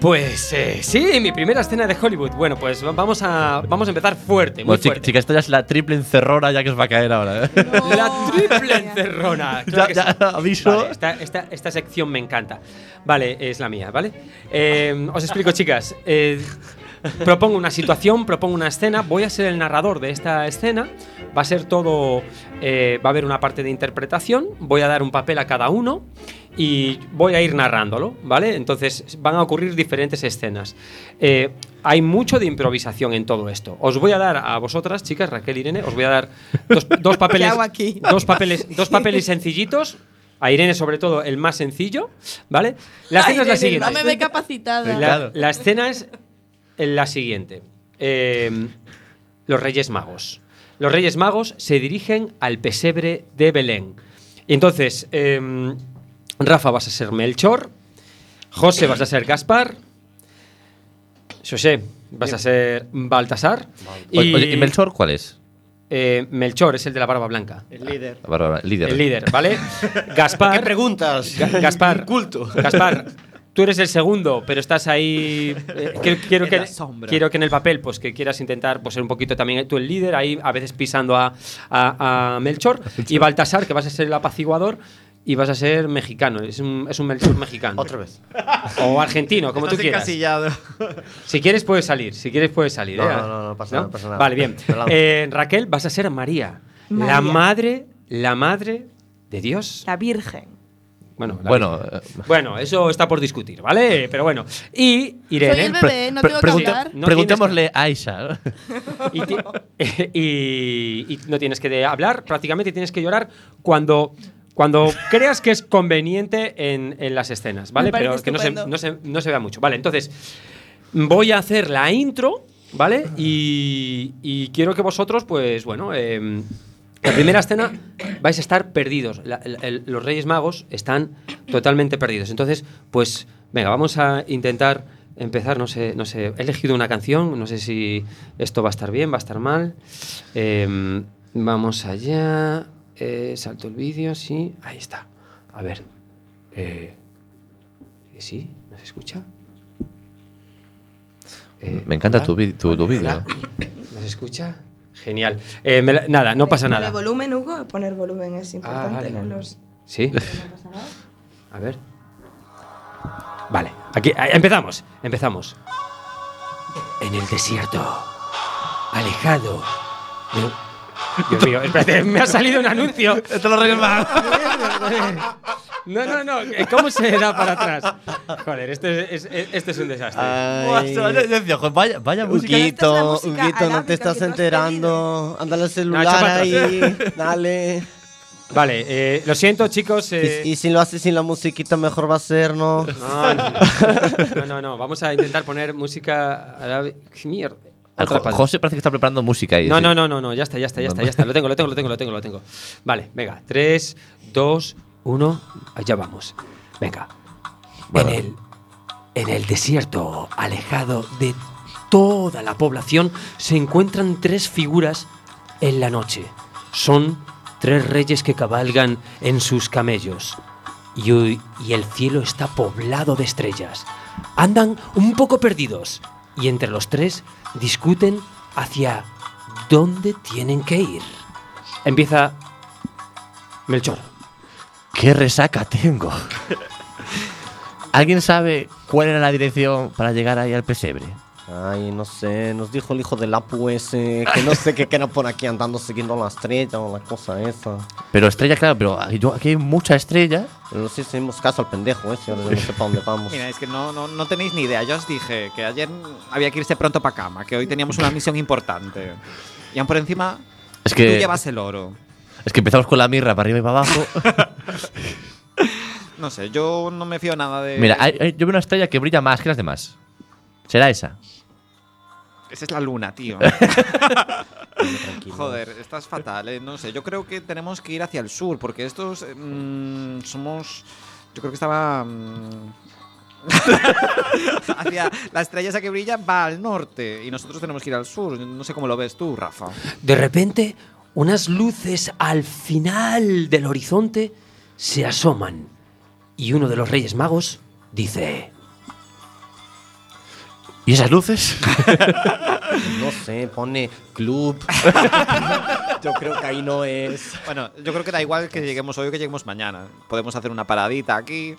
[SPEAKER 5] Pues eh, sí, mi primera escena de Hollywood. Bueno, pues va- vamos a, vamos a empezar fuerte, muy
[SPEAKER 4] Bueno, chi-
[SPEAKER 5] fuerte.
[SPEAKER 4] chica, esta ya es la triple encerrona ya que os va a caer ahora. ¿eh?
[SPEAKER 5] La triple encerrona. claro que
[SPEAKER 4] ya,
[SPEAKER 5] sí.
[SPEAKER 4] aviso.
[SPEAKER 5] Vale, esta, esta- esta sección me encanta. Vale, es la mía, ¿vale? Eh, os explico, chicas. Eh, propongo una situación, propongo una escena. Voy a ser el narrador de esta escena. Va a ser todo. eh, va a haber una parte de interpretación. Voy a dar un papel a cada uno y voy a ir narrándolo, ¿vale? Entonces van a ocurrir diferentes escenas. Eh, hay mucho de improvisación en todo esto. Os voy a dar a vosotras, chicas, Raquel Irene, os voy a dar dos, dos papeles.
[SPEAKER 8] hago aquí?
[SPEAKER 5] Dos papeles, dos papeles sencillitos A Irene, sobre todo, el más sencillo, ¿vale? La escena
[SPEAKER 7] Ay,
[SPEAKER 5] es la
[SPEAKER 7] Irene,
[SPEAKER 5] siguiente.
[SPEAKER 7] No me ve capacitada.
[SPEAKER 5] La, la escena es la siguiente. Eh, los Reyes Magos. Los Reyes Magos se dirigen al pesebre de Belén. Y entonces, eh, Rafa vas a ser Melchor, José vas a ser Gaspar, José vas a ser Baltasar.
[SPEAKER 4] Oye, oye, ¿y Melchor cuál es?
[SPEAKER 5] eh, Melchor es el de la barba blanca.
[SPEAKER 6] El líder.
[SPEAKER 4] Bárbara, líder.
[SPEAKER 5] El líder, ¿vale? Gaspar.
[SPEAKER 6] ¿Qué preguntas?
[SPEAKER 5] Ga- Gaspar.
[SPEAKER 6] Culto.
[SPEAKER 5] Gaspar, tú eres el segundo, pero estás ahí. eh, quiero, quiero
[SPEAKER 3] En
[SPEAKER 5] que,
[SPEAKER 3] la sombra.
[SPEAKER 5] quiero que en el papel, pues que quieras intentar pues, ser un poquito también tú el líder, ahí a veces pisando a, a- a Melchor. Y Baltasar, que vas a ser el apaciguador. Y vas a ser mexicano, es un, es un Melchor mexicano.
[SPEAKER 6] Otra vez.
[SPEAKER 5] O argentino, como
[SPEAKER 3] Estás
[SPEAKER 5] tú quieras.
[SPEAKER 3] encasillado.
[SPEAKER 5] Si quieres puedes salir, si quieres puedes salir.
[SPEAKER 6] No,
[SPEAKER 5] ¿eh?
[SPEAKER 6] no, no, no pasa nada, pasa nada.
[SPEAKER 5] Vale, bien.
[SPEAKER 6] Relajado.
[SPEAKER 5] Eh, Raquel, vas a ser María, la
[SPEAKER 8] María.
[SPEAKER 5] madre, la madre de Dios.
[SPEAKER 8] La Virgen.
[SPEAKER 5] Bueno, la-
[SPEAKER 4] Bueno, eh,
[SPEAKER 5] bueno, eso está por discutir, ¿vale? Pero bueno. Y
[SPEAKER 7] Soy el
[SPEAKER 5] Irene.
[SPEAKER 7] bebé. Eh, no tengo que hablar.
[SPEAKER 5] No
[SPEAKER 4] preguntémosle a Aisha.
[SPEAKER 5] Y, ti- y- y no tienes que de- hablar, prácticamente tienes que llorar cuando. Cuando creas que es conveniente en, en las escenas, ¿vale?
[SPEAKER 7] Me parece
[SPEAKER 5] Pero que no se,
[SPEAKER 7] estupendo.
[SPEAKER 5] no se- no se vea mucho. Vale, entonces voy a hacer la intro, ¿vale? Y, y quiero que vosotros, pues bueno, em, la primera escena vais a estar perdidos. La- el- el- los Reyes Magos están totalmente perdidos. Entonces, pues venga, vamos a intentar empezar. No sé, no sé. He elegido una canción. No sé si esto va a estar bien, va a estar mal. Em, vamos allá. Eh, salto el vídeo, sí. Ahí está. A ver. Eh, ¿Sí? ¿No se escucha? Eh,
[SPEAKER 4] Me encanta
[SPEAKER 5] hola.
[SPEAKER 4] tu vi- tu- tu vídeo.
[SPEAKER 5] Hola. ¿Nos escucha? Genial. Eh, me la- nada, no pasa
[SPEAKER 8] Poner
[SPEAKER 5] nada. Ah,
[SPEAKER 8] volumen, Hugo, poner volumen es importante.
[SPEAKER 5] vale,
[SPEAKER 8] ¿no?
[SPEAKER 5] vale.
[SPEAKER 8] Los-
[SPEAKER 5] ¿Sí?
[SPEAKER 8] no pasa nada.
[SPEAKER 5] A ver. Vale, aquí a- empezamos, empezamos. En el desierto, alejado. de- Dios mío, espérate, me ha salido un anuncio.
[SPEAKER 4] Esto lo
[SPEAKER 5] No, no, no, ¿cómo se da para atrás? Joder, esto es, es- esto es un desastre.
[SPEAKER 4] Ah. Vaya, vaya música.
[SPEAKER 8] Esta es la
[SPEAKER 6] Huguito,
[SPEAKER 8] música
[SPEAKER 6] Huguito, no
[SPEAKER 8] arábica
[SPEAKER 6] te estás
[SPEAKER 8] que tú has
[SPEAKER 6] enterando. Ándale al
[SPEAKER 5] Nacho,
[SPEAKER 6] celular
[SPEAKER 5] para
[SPEAKER 6] ahí. Dale.
[SPEAKER 5] Vale, eh, lo siento, chicos. eh,
[SPEAKER 6] Y, y si lo haces sin la musiquita, mejor va a ser, ¿no?
[SPEAKER 5] No, no, no, no, no, Vamos a intentar poner música árabe. ¡Qué Mierda.
[SPEAKER 4] Al
[SPEAKER 5] Otra
[SPEAKER 4] Jo-
[SPEAKER 5] pata.
[SPEAKER 4] José parece que está preparando música ahí.
[SPEAKER 5] No,
[SPEAKER 4] sí.
[SPEAKER 5] no, no, no, no, ya está, ya está, ya está, ya está. Lo tengo, lo tengo, lo tengo, lo tengo, lo tengo. Vale, venga. 3, 2, 1, allá vamos. Venga.
[SPEAKER 4] Bueno.
[SPEAKER 5] En, el, en el desierto, alejado de toda la población, se encuentran tres figuras en la noche. Son tres reyes que cabalgan en sus camellos. Y, hoy- y el cielo está poblado de estrellas. Andan un poco perdidos y entre los tres discuten hacia dónde tienen que ir. Empieza Melchor.
[SPEAKER 4] ¿Qué resaca tengo? ¿Alguien sabe cuál era la dirección para llegar ahí al pesebre?
[SPEAKER 6] Ay, no sé, nos dijo el hijo del Apu ese, que no sé qué que era por aquí andando siguiendo la estrella o la cosa esa.
[SPEAKER 4] Pero estrella, claro, pero aquí, yo- aquí hay mucha estrella.
[SPEAKER 6] Pero sí hicimos caso al pendejo ese, ahora yo no sé para dónde vamos.
[SPEAKER 3] Mira, es que no, no, no tenéis ni idea. Yo os dije que ayer había que irse pronto para cama, que hoy teníamos una misión importante. Y aún por encima,
[SPEAKER 4] Es que-
[SPEAKER 3] tú llevas el oro.
[SPEAKER 4] Es que empezamos con la mirra para arriba y para abajo.
[SPEAKER 3] No sé, yo no me fío nada de.
[SPEAKER 4] Mira, hay- hay- yo veo una estrella que brilla más que las demás. ¿Será esa?
[SPEAKER 3] Esa es la luna, tío. Joder, estás fatal, eh. No sé, yo creo que tenemos que ir hacia el sur, porque estos eh, mm, somos. Yo creo que estaba. mm, hacia la estrella esa que brilla va al norte y nosotros tenemos que ir al sur. No sé cómo lo ves tú, Rafa.
[SPEAKER 5] De repente, unas luces al final del horizonte se asoman y uno de los Reyes Magos dice...
[SPEAKER 4] ¿Y esas luces?
[SPEAKER 6] No sé, pone club. yo creo que ahí no es.
[SPEAKER 3] Bueno, yo creo que da igual que lleguemos hoy o que lleguemos mañana. Podemos hacer una paradita aquí.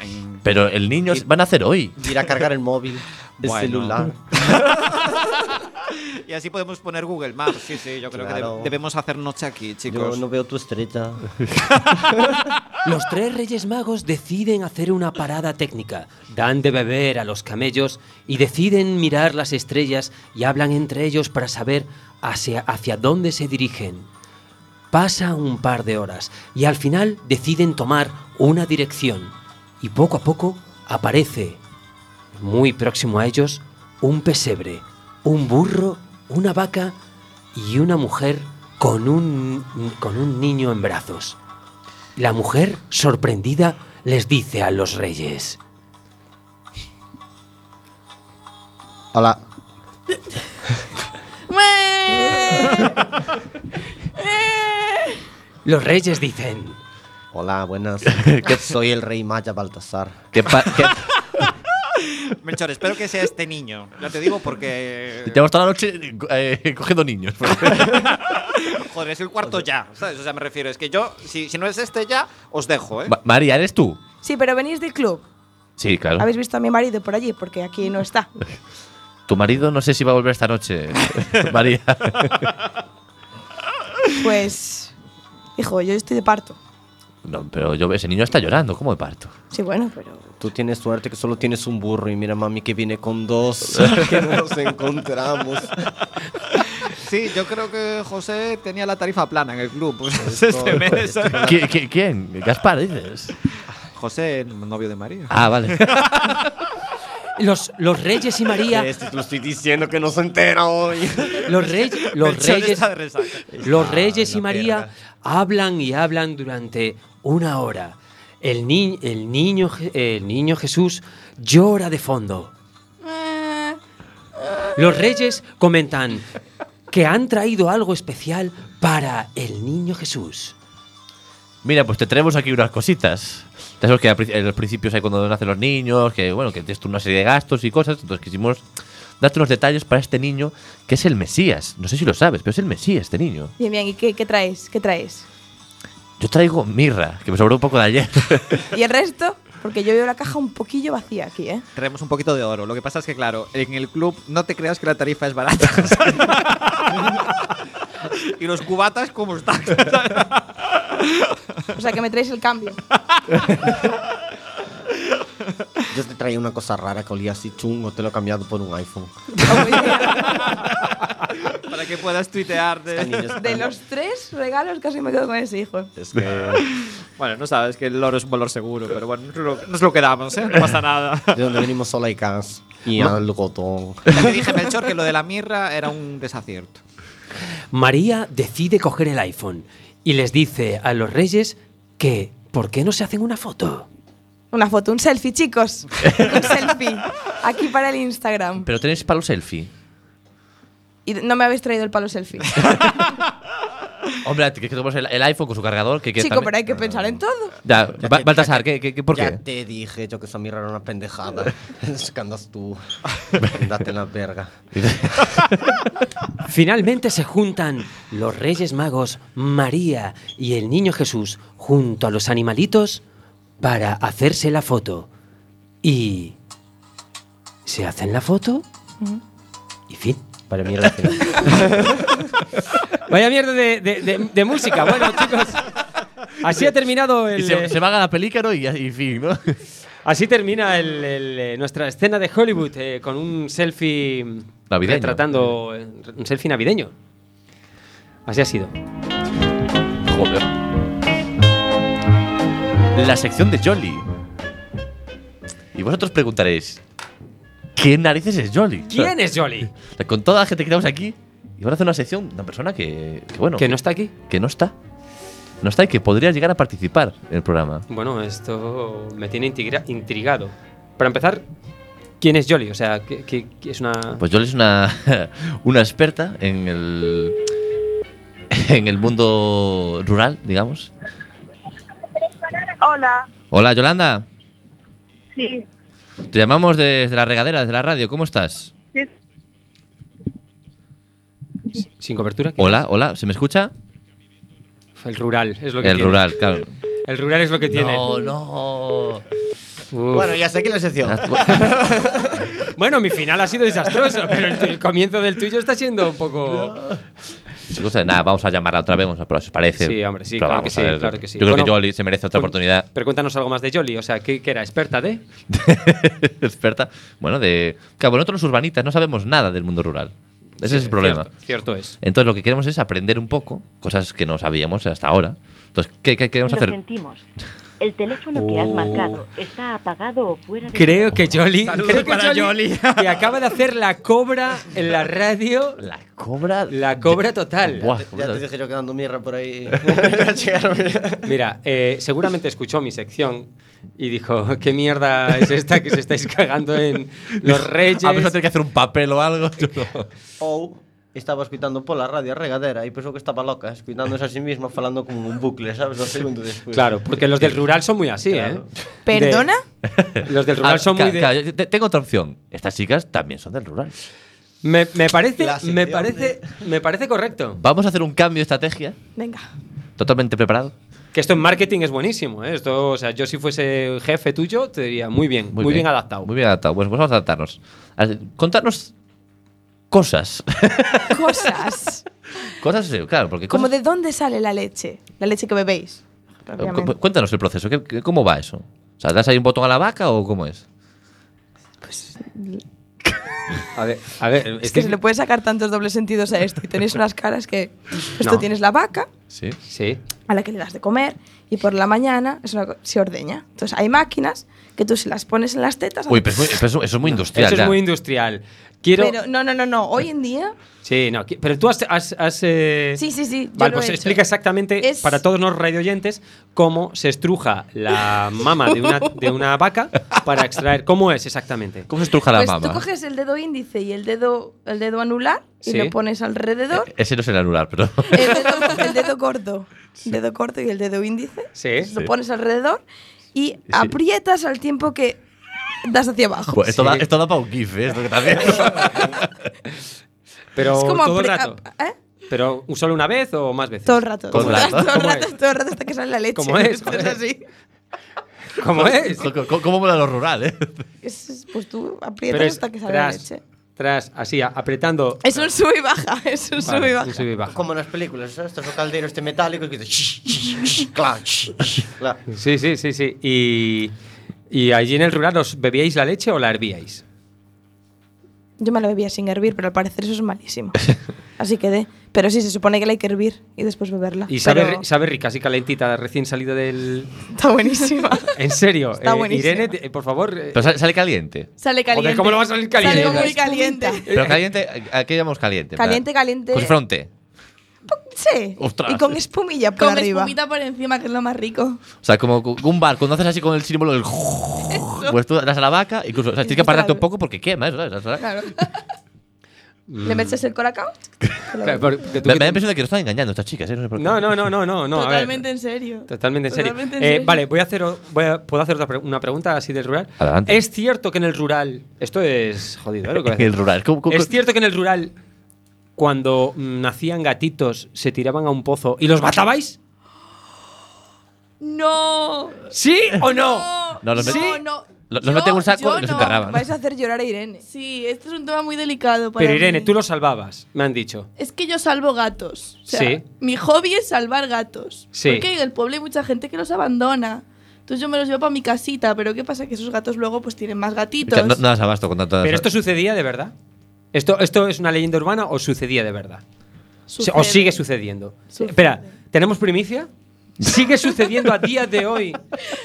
[SPEAKER 3] en-
[SPEAKER 4] Pero el niño se- van a hacer hoy.
[SPEAKER 6] Ir a cargar el móvil, el
[SPEAKER 3] Bueno.
[SPEAKER 6] celular.
[SPEAKER 3] Y así podemos poner Google Maps. Sí, sí, yo creo que
[SPEAKER 6] Claro.
[SPEAKER 3] de- debemos hacer noche aquí, chicos.
[SPEAKER 6] Yo no veo tu estrella.
[SPEAKER 5] Los tres Reyes Magos deciden hacer una parada técnica, dan de beber a los camellos y deciden mirar las estrellas y hablan entre ellos para saber hacia, hacia dónde se dirigen.
[SPEAKER 2] Pasa un par de horas y al final deciden tomar una dirección y poco a poco aparece, muy próximo a ellos, un pesebre, un burro, una vaca y una mujer con un, con un niño en brazos. La mujer, sorprendida, les dice a los reyes.
[SPEAKER 3] Hola.
[SPEAKER 2] Los reyes dicen,
[SPEAKER 6] Hola, buenas. Soy el rey Maya Baltasar.
[SPEAKER 4] Que pa- que-
[SPEAKER 3] Melchor, espero que sea este niño. Ya te digo porque.
[SPEAKER 4] Llevamos toda la noche eh, cogiendo niños.
[SPEAKER 3] Joder, es el cuarto ya. ¿Sabes? O sea, me refiero. Es que yo, si, si no es este ya, os dejo, ¿eh?
[SPEAKER 4] Ma- María, ¿eres tú?
[SPEAKER 8] Sí, pero venís del club.
[SPEAKER 4] Sí, claro.
[SPEAKER 8] Habéis visto a mi marido por allí, porque aquí no está.
[SPEAKER 4] Tu marido no sé si va a volver esta noche, María.
[SPEAKER 8] Pues. Hijo, yo estoy de parto.
[SPEAKER 4] No, pero yo ese niño está llorando. ¿Cómo me parto?
[SPEAKER 8] Sí, bueno, pero.
[SPEAKER 6] Tú tienes suerte que solo tienes un burro y mira, mami, que vine con dos. que no nos encontramos.
[SPEAKER 3] Sí, yo creo que José tenía la tarifa plana en el club.
[SPEAKER 6] Estoy- estoy-
[SPEAKER 4] ¿Qui- qui- ¿Quién? ¿Gaspar, dices?
[SPEAKER 3] José, el novio de María.
[SPEAKER 4] Ah, vale.
[SPEAKER 2] los, los reyes y María,
[SPEAKER 6] Este, te lo estoy diciendo que no se entera hoy.
[SPEAKER 2] los, rey- los reyes, los reyes y
[SPEAKER 6] no
[SPEAKER 2] María hablan y hablan durante una hora. El, ni- el, niño, Je- el niño Jesús llora de fondo. Los reyes comentan que han traído algo especial para el niño Jesús.
[SPEAKER 4] Mira, pues te traemos aquí unas cositas. De esos que al pri- en los principios hay cuando nacen los niños, que bueno, que tienes tú una serie de gastos y cosas. Entonces quisimos darte unos detalles para este niño que es el Mesías. No sé si lo sabes, pero es el Mesías este niño.
[SPEAKER 8] Bien, bien, ¿y qué, qué traéis? ¿Qué traéis?
[SPEAKER 4] Yo traigo mirra, que me sobró un poco de ayer.
[SPEAKER 8] ¿Y el resto? Porque yo veo la caja un poquillo vacía aquí, ¿eh?
[SPEAKER 3] Traemos un poquito de oro. Lo que pasa es que, claro, en el club no te creas que la tarifa es barata. y los cubatas, ¿cómo están?
[SPEAKER 8] O sea, que me traéis el cambio.
[SPEAKER 6] Yo te traía una cosa rara que olía así chungo, te lo he cambiado por un iPhone.
[SPEAKER 3] Para que puedas tuitear. de-
[SPEAKER 8] De los tres regalos, casi me quedo con ese hijo.
[SPEAKER 6] Es que.
[SPEAKER 3] Bueno, no sabes que el oro es un valor seguro, pero bueno, nos lo, nos lo quedamos, ¿eh? No pasa nada.
[SPEAKER 6] De donde venimos solo hay cans y algodón.
[SPEAKER 3] Ya te dije, Melchor, que lo de la mirra era un desacierto.
[SPEAKER 2] María decide coger el iPhone y les dice a los reyes que ¿por qué no se hacen una foto?
[SPEAKER 8] Una foto, un selfie, chicos. Un selfie. Aquí para el Instagram.
[SPEAKER 4] pero tenéis palo selfie.
[SPEAKER 8] Y no me habéis traído el palo selfie.
[SPEAKER 4] Hombre, que tenemos el, el iPhone con su cargador. Que, que
[SPEAKER 8] Chico,
[SPEAKER 4] también-
[SPEAKER 8] pero hay que pensar en todo.
[SPEAKER 4] Ya, Ba- Baltasar, ¿qué, qué- qué- por
[SPEAKER 6] Ya
[SPEAKER 4] qué?
[SPEAKER 6] te dije yo que esa mirra era una pendejada. es que andas tú. Date la verga.
[SPEAKER 2] Finalmente se juntan los Reyes Magos, María y el Niño Jesús junto a los animalitos para hacerse la foto. Y se hacen la foto y fin.
[SPEAKER 6] Para mí era el final.
[SPEAKER 5] Vaya mierda de, de- de- de música. Bueno, chicos, así ha terminado
[SPEAKER 4] Y
[SPEAKER 5] el,
[SPEAKER 4] se,
[SPEAKER 5] eh,
[SPEAKER 4] se vaga la pelícano y, y fin, ¿no?
[SPEAKER 5] así termina el- el, eh, nuestra escena de Hollywood eh, con un selfie
[SPEAKER 4] Navideño.
[SPEAKER 5] retratando eh, un selfie navideño. Así ha sido.
[SPEAKER 4] Joder. La sección de Jolly. Y vosotros preguntaréis, ¿qué narices es Jolly?
[SPEAKER 5] ¿Quién es Jolly?
[SPEAKER 4] O sea, Con toda la gente que tenemos aquí, y van a hacer una sección de una persona que, que, bueno,
[SPEAKER 5] Que no está aquí.
[SPEAKER 4] que no está. No está y que podría llegar a participar en el programa.
[SPEAKER 5] Bueno, esto me tiene intrigra- intrigado. Para empezar, ¿quién es Jolly? O sea, ¿qué, qué- qué es una...?
[SPEAKER 4] Pues Jolly es una, una experta en el, en el mundo rural, digamos.
[SPEAKER 9] Hola,
[SPEAKER 4] Hola, Yolanda.
[SPEAKER 9] sí,
[SPEAKER 4] Te llamamos desde la regadera, desde la radio. ¿Cómo estás?
[SPEAKER 9] sí,
[SPEAKER 5] ¿Sin cobertura? ¿Qué
[SPEAKER 4] Hola, hola, ¿se me escucha?
[SPEAKER 5] El rural es lo que
[SPEAKER 4] El
[SPEAKER 5] tiene.
[SPEAKER 4] rural, claro.
[SPEAKER 5] El rural es lo que tiene.
[SPEAKER 4] No, no.
[SPEAKER 5] Uf.
[SPEAKER 6] Bueno, ya sé que la sección.
[SPEAKER 5] Bueno, mi final ha sido desastroso, pero el, tu- el comienzo del tuyo está siendo un poco.
[SPEAKER 4] Chicos, nada, vamos a llamarla otra vez, vamos a probar si os parece.
[SPEAKER 5] Sí, hombre, sí,
[SPEAKER 4] Pero
[SPEAKER 5] claro
[SPEAKER 4] vamos
[SPEAKER 5] que
[SPEAKER 4] a
[SPEAKER 5] sí,
[SPEAKER 4] ver.
[SPEAKER 5] claro que sí.
[SPEAKER 4] Yo creo que
[SPEAKER 5] Bueno,
[SPEAKER 4] Jolly se merece otra
[SPEAKER 5] Cuen-
[SPEAKER 4] oportunidad.
[SPEAKER 5] Pero cuéntanos algo más de Jolly. O sea, ¿qué, qué era? ¿Experta de?
[SPEAKER 4] experta. Bueno, de. Claro, nosotros los urbanitas no sabemos nada del mundo rural. Ese es el problema.
[SPEAKER 5] Cierto es.
[SPEAKER 4] Entonces lo que queremos es aprender un poco, cosas que no sabíamos hasta ahora. Entonces, ¿qué, qué queremos
[SPEAKER 9] Lo
[SPEAKER 4] hacer?
[SPEAKER 9] sentimos. El teléfono que has marcado está apagado o fuera de...
[SPEAKER 5] Creo que Jolly, creo que
[SPEAKER 3] para
[SPEAKER 5] Jolly, que acaba de hacer la cobra en la radio,
[SPEAKER 4] La cobra.
[SPEAKER 5] la cobra total.
[SPEAKER 4] Buah, Ah,
[SPEAKER 6] Ya
[SPEAKER 4] puta.
[SPEAKER 6] te dije yo quedando mierda por ahí. Ya llegaron.
[SPEAKER 5] Mira, eh, seguramente escuchó mi sección y dijo, ¿qué mierda es esta que se estáis cagando en
[SPEAKER 4] Ah,
[SPEAKER 5] los reyes?
[SPEAKER 4] A veces tener que hacer un papel o algo.
[SPEAKER 6] Ou estaba escuitando pola radio a regadera e pensou que estaba loca, escuitándose a sí misma falando como un bucle, sabes, do segundo despois.
[SPEAKER 5] Claro, porque los del rural son muy así,
[SPEAKER 6] Claro.
[SPEAKER 5] ¿eh? De-
[SPEAKER 8] ¿Perdona?
[SPEAKER 5] los del rural
[SPEAKER 4] Ah,
[SPEAKER 5] son
[SPEAKER 4] ca-
[SPEAKER 5] muy de-
[SPEAKER 4] ca- yo te- Tengo otra opción. Estas chicas también son del rural.
[SPEAKER 5] Me, me parece,
[SPEAKER 6] La sección
[SPEAKER 5] me parece, me parece correcto.
[SPEAKER 4] Vamos a hacer un cambio de estrategia
[SPEAKER 8] Venga.
[SPEAKER 4] totalmente preparado.
[SPEAKER 5] Que esto en marketing es buenísimo, ¿eh? Esto, o sea, yo si fuese jefe tuyo te diría muy bien, muy, bien. adaptado.
[SPEAKER 4] Muy bien adaptado. Pues, pues vamos a adaptarnos. A- Contarnos cosas.
[SPEAKER 8] Cosas.
[SPEAKER 4] cosas, sí, claro, porque
[SPEAKER 8] Como
[SPEAKER 4] cosas- Eh,
[SPEAKER 8] de dónde sale la leche. La leche que bebéis.
[SPEAKER 4] Cu-
[SPEAKER 8] obviamente.
[SPEAKER 4] cu- Cuéntanos el proceso. ¿qué- qué- ¿Cómo va eso? O sea, ¿das ahí un botón a la vaca o cómo es?
[SPEAKER 5] A ver, a ver,
[SPEAKER 8] Es
[SPEAKER 5] este-
[SPEAKER 8] que se le puede sacar tantos dobles sentidos a esto. Y tenéis unas caras que. Esto
[SPEAKER 5] No.
[SPEAKER 8] tienes la vaca,
[SPEAKER 4] Sí.
[SPEAKER 5] Sí.
[SPEAKER 8] a la que le das de comer, y por la mañana es una co- se ordeña. Entonces hay máquinas que tú si las pones en las tetas.
[SPEAKER 4] Uy, pero es muy- pero eso, eso es muy industrial.
[SPEAKER 5] Eso
[SPEAKER 4] ya.
[SPEAKER 5] es muy industrial. Quiero.
[SPEAKER 8] Pero no, no, no, no. Hoy en día.
[SPEAKER 5] sí, no. qui- Pero tú has. has- has, eh,
[SPEAKER 8] Sí, sí, sí. yo
[SPEAKER 5] Vale,
[SPEAKER 8] lo he
[SPEAKER 5] pues
[SPEAKER 8] hecho.
[SPEAKER 5] explica exactamente
[SPEAKER 8] Es-
[SPEAKER 5] para todos los radioyentes cómo se estruja la mama de una, de una vaca para extraer. ¿Cómo es exactamente?
[SPEAKER 4] ¿Cómo se estruja la
[SPEAKER 8] Pues
[SPEAKER 4] mama?
[SPEAKER 8] tú coges el dedo índice y el dedo, el dedo anular y
[SPEAKER 5] Sí.
[SPEAKER 8] lo pones alrededor.
[SPEAKER 4] Eh, Ese no es el anular, pero.
[SPEAKER 8] El dedo, el dedo gordo. El dedo corto y el dedo índice.
[SPEAKER 5] Sí.
[SPEAKER 8] Lo pones alrededor y aprietas al tiempo que das hacia abajo.
[SPEAKER 4] Pues esto, da, esto da para un gif, ¿eh? esto que también.
[SPEAKER 5] Pero
[SPEAKER 8] es como
[SPEAKER 5] todo el
[SPEAKER 8] apri-
[SPEAKER 5] rato.
[SPEAKER 8] a- ¿eh?
[SPEAKER 5] ¿Pero solo una vez o más veces?
[SPEAKER 8] Todo el rato.
[SPEAKER 4] Todo el rato.
[SPEAKER 8] Todo el
[SPEAKER 5] ¿Cómo
[SPEAKER 8] rato,
[SPEAKER 5] es?
[SPEAKER 8] todo el rato hasta que sale la leche.
[SPEAKER 5] ¿Cómo es?
[SPEAKER 8] Esto es
[SPEAKER 5] Joder.
[SPEAKER 8] así.
[SPEAKER 5] ¿Cómo es?
[SPEAKER 4] ¿Cómo- ¿Cómo, cómo mola lo rural, eh?
[SPEAKER 8] Es- es- pues tú aprietas
[SPEAKER 5] Pero es
[SPEAKER 8] hasta que sale la
[SPEAKER 5] tras,
[SPEAKER 8] leche.
[SPEAKER 5] tras, así, a- apretando.
[SPEAKER 8] Es un sube y baja. Es un sube y
[SPEAKER 5] un
[SPEAKER 8] baja.
[SPEAKER 5] sube y baja.
[SPEAKER 6] Como nas películas, sabes, estos o caldeiro este metálico que dice claro, claro.
[SPEAKER 5] Sí, sí, sí, sí. Y, y allí en el rural, ¿os bebíais la leche o la hervíais?
[SPEAKER 8] Yo me la bebía sin hervir, pero al parecer eso es malísimo. Así quedé. Pero sí, se supone que la hay que hervir y después beberla.
[SPEAKER 5] Y sabe,
[SPEAKER 8] Pero
[SPEAKER 5] ri- sabe rica, así calentita, recién salida del.
[SPEAKER 8] Está buenísima.
[SPEAKER 5] En serio,
[SPEAKER 8] Está buenísima.
[SPEAKER 5] Irene, te- eh, por favor. eh,
[SPEAKER 4] Pero sale, sale caliente.
[SPEAKER 7] Sale
[SPEAKER 5] Joder,
[SPEAKER 7] caliente.
[SPEAKER 5] ¿cómo lo va a salir caliente?
[SPEAKER 8] Sale muy caliente.
[SPEAKER 5] Eh,
[SPEAKER 4] Pero caliente, ¿a- ¿a qué llamamos caliente? En plan,
[SPEAKER 8] Caliente, caliente.
[SPEAKER 4] Con fronte.
[SPEAKER 8] Sí.
[SPEAKER 4] Ostras.
[SPEAKER 8] Y con espumilla por
[SPEAKER 7] Con
[SPEAKER 8] arriba.
[SPEAKER 7] espumita por encima, que es lo más rico.
[SPEAKER 4] O sea, como cu- un bar, cuando haces así con el símbolo del. Pues tú das a la vaca, incluso. O sea, tienes que apartarte un poco porque quema, eso, ¿sabes? ¿sabes?
[SPEAKER 8] Claro. ¿Le metes el colacao? Te lo-
[SPEAKER 5] Mm. claro, porque tú
[SPEAKER 4] Me, me
[SPEAKER 5] que-
[SPEAKER 4] da la impresión de que nos están engañando estas chicas, ¿eh? No sé por qué.
[SPEAKER 5] No, no, no, no, no. no a ver.
[SPEAKER 7] Totalmente en serio.
[SPEAKER 5] Totalmente en serio.
[SPEAKER 7] Totalmente en
[SPEAKER 5] Eh,
[SPEAKER 7] serio.
[SPEAKER 5] vale, voy a hacer, o- voy a- puedo hacer otra pre- una pregunta así del rural.
[SPEAKER 4] Adelante.
[SPEAKER 5] Es cierto que en el rural, esto es jodido, ¿eh? lo que voy a
[SPEAKER 4] En el
[SPEAKER 5] decir.
[SPEAKER 4] rural. ¿Cómo- cómo-
[SPEAKER 5] Es cierto que en el rural, cuando mm, nacían gatitos, se tiraban a un pozo y los matabais.
[SPEAKER 7] ¡No!
[SPEAKER 5] ¿Sí o Oh, no?
[SPEAKER 7] ¡No!
[SPEAKER 4] No, los met-
[SPEAKER 7] no, no.
[SPEAKER 4] Los
[SPEAKER 7] Yo-
[SPEAKER 4] los meten en un saco
[SPEAKER 7] yo
[SPEAKER 4] y los
[SPEAKER 7] no.
[SPEAKER 4] enterraban.
[SPEAKER 8] Vais a hacer llorar a Irene.
[SPEAKER 7] Sí, este es un tema muy delicado para
[SPEAKER 5] Pero Irene,
[SPEAKER 7] mí.
[SPEAKER 5] tú los salvabas, me han dicho.
[SPEAKER 7] Es que yo salvo gatos. O sea,
[SPEAKER 5] Sí.
[SPEAKER 7] Mi hobby es salvar gatos.
[SPEAKER 5] Sí.
[SPEAKER 7] Porque en el pueblo hay mucha gente que los abandona. Entonces yo me los llevo para mi casita, pero ¿qué pasa? Que esos gatos luego pues tienen más
[SPEAKER 4] O sea,
[SPEAKER 7] gatitos.
[SPEAKER 4] No, no das abasto con tantas.
[SPEAKER 5] Pero esto sucedía de verdad. ¿Esto, ¿Esto es una leyenda urbana o sucedía de verdad?
[SPEAKER 7] Sucede.
[SPEAKER 5] ¿O sigue sucediendo?
[SPEAKER 7] Sucede.
[SPEAKER 5] Espera, ¿tenemos primicia? ¿Sigue sucediendo a día de hoy?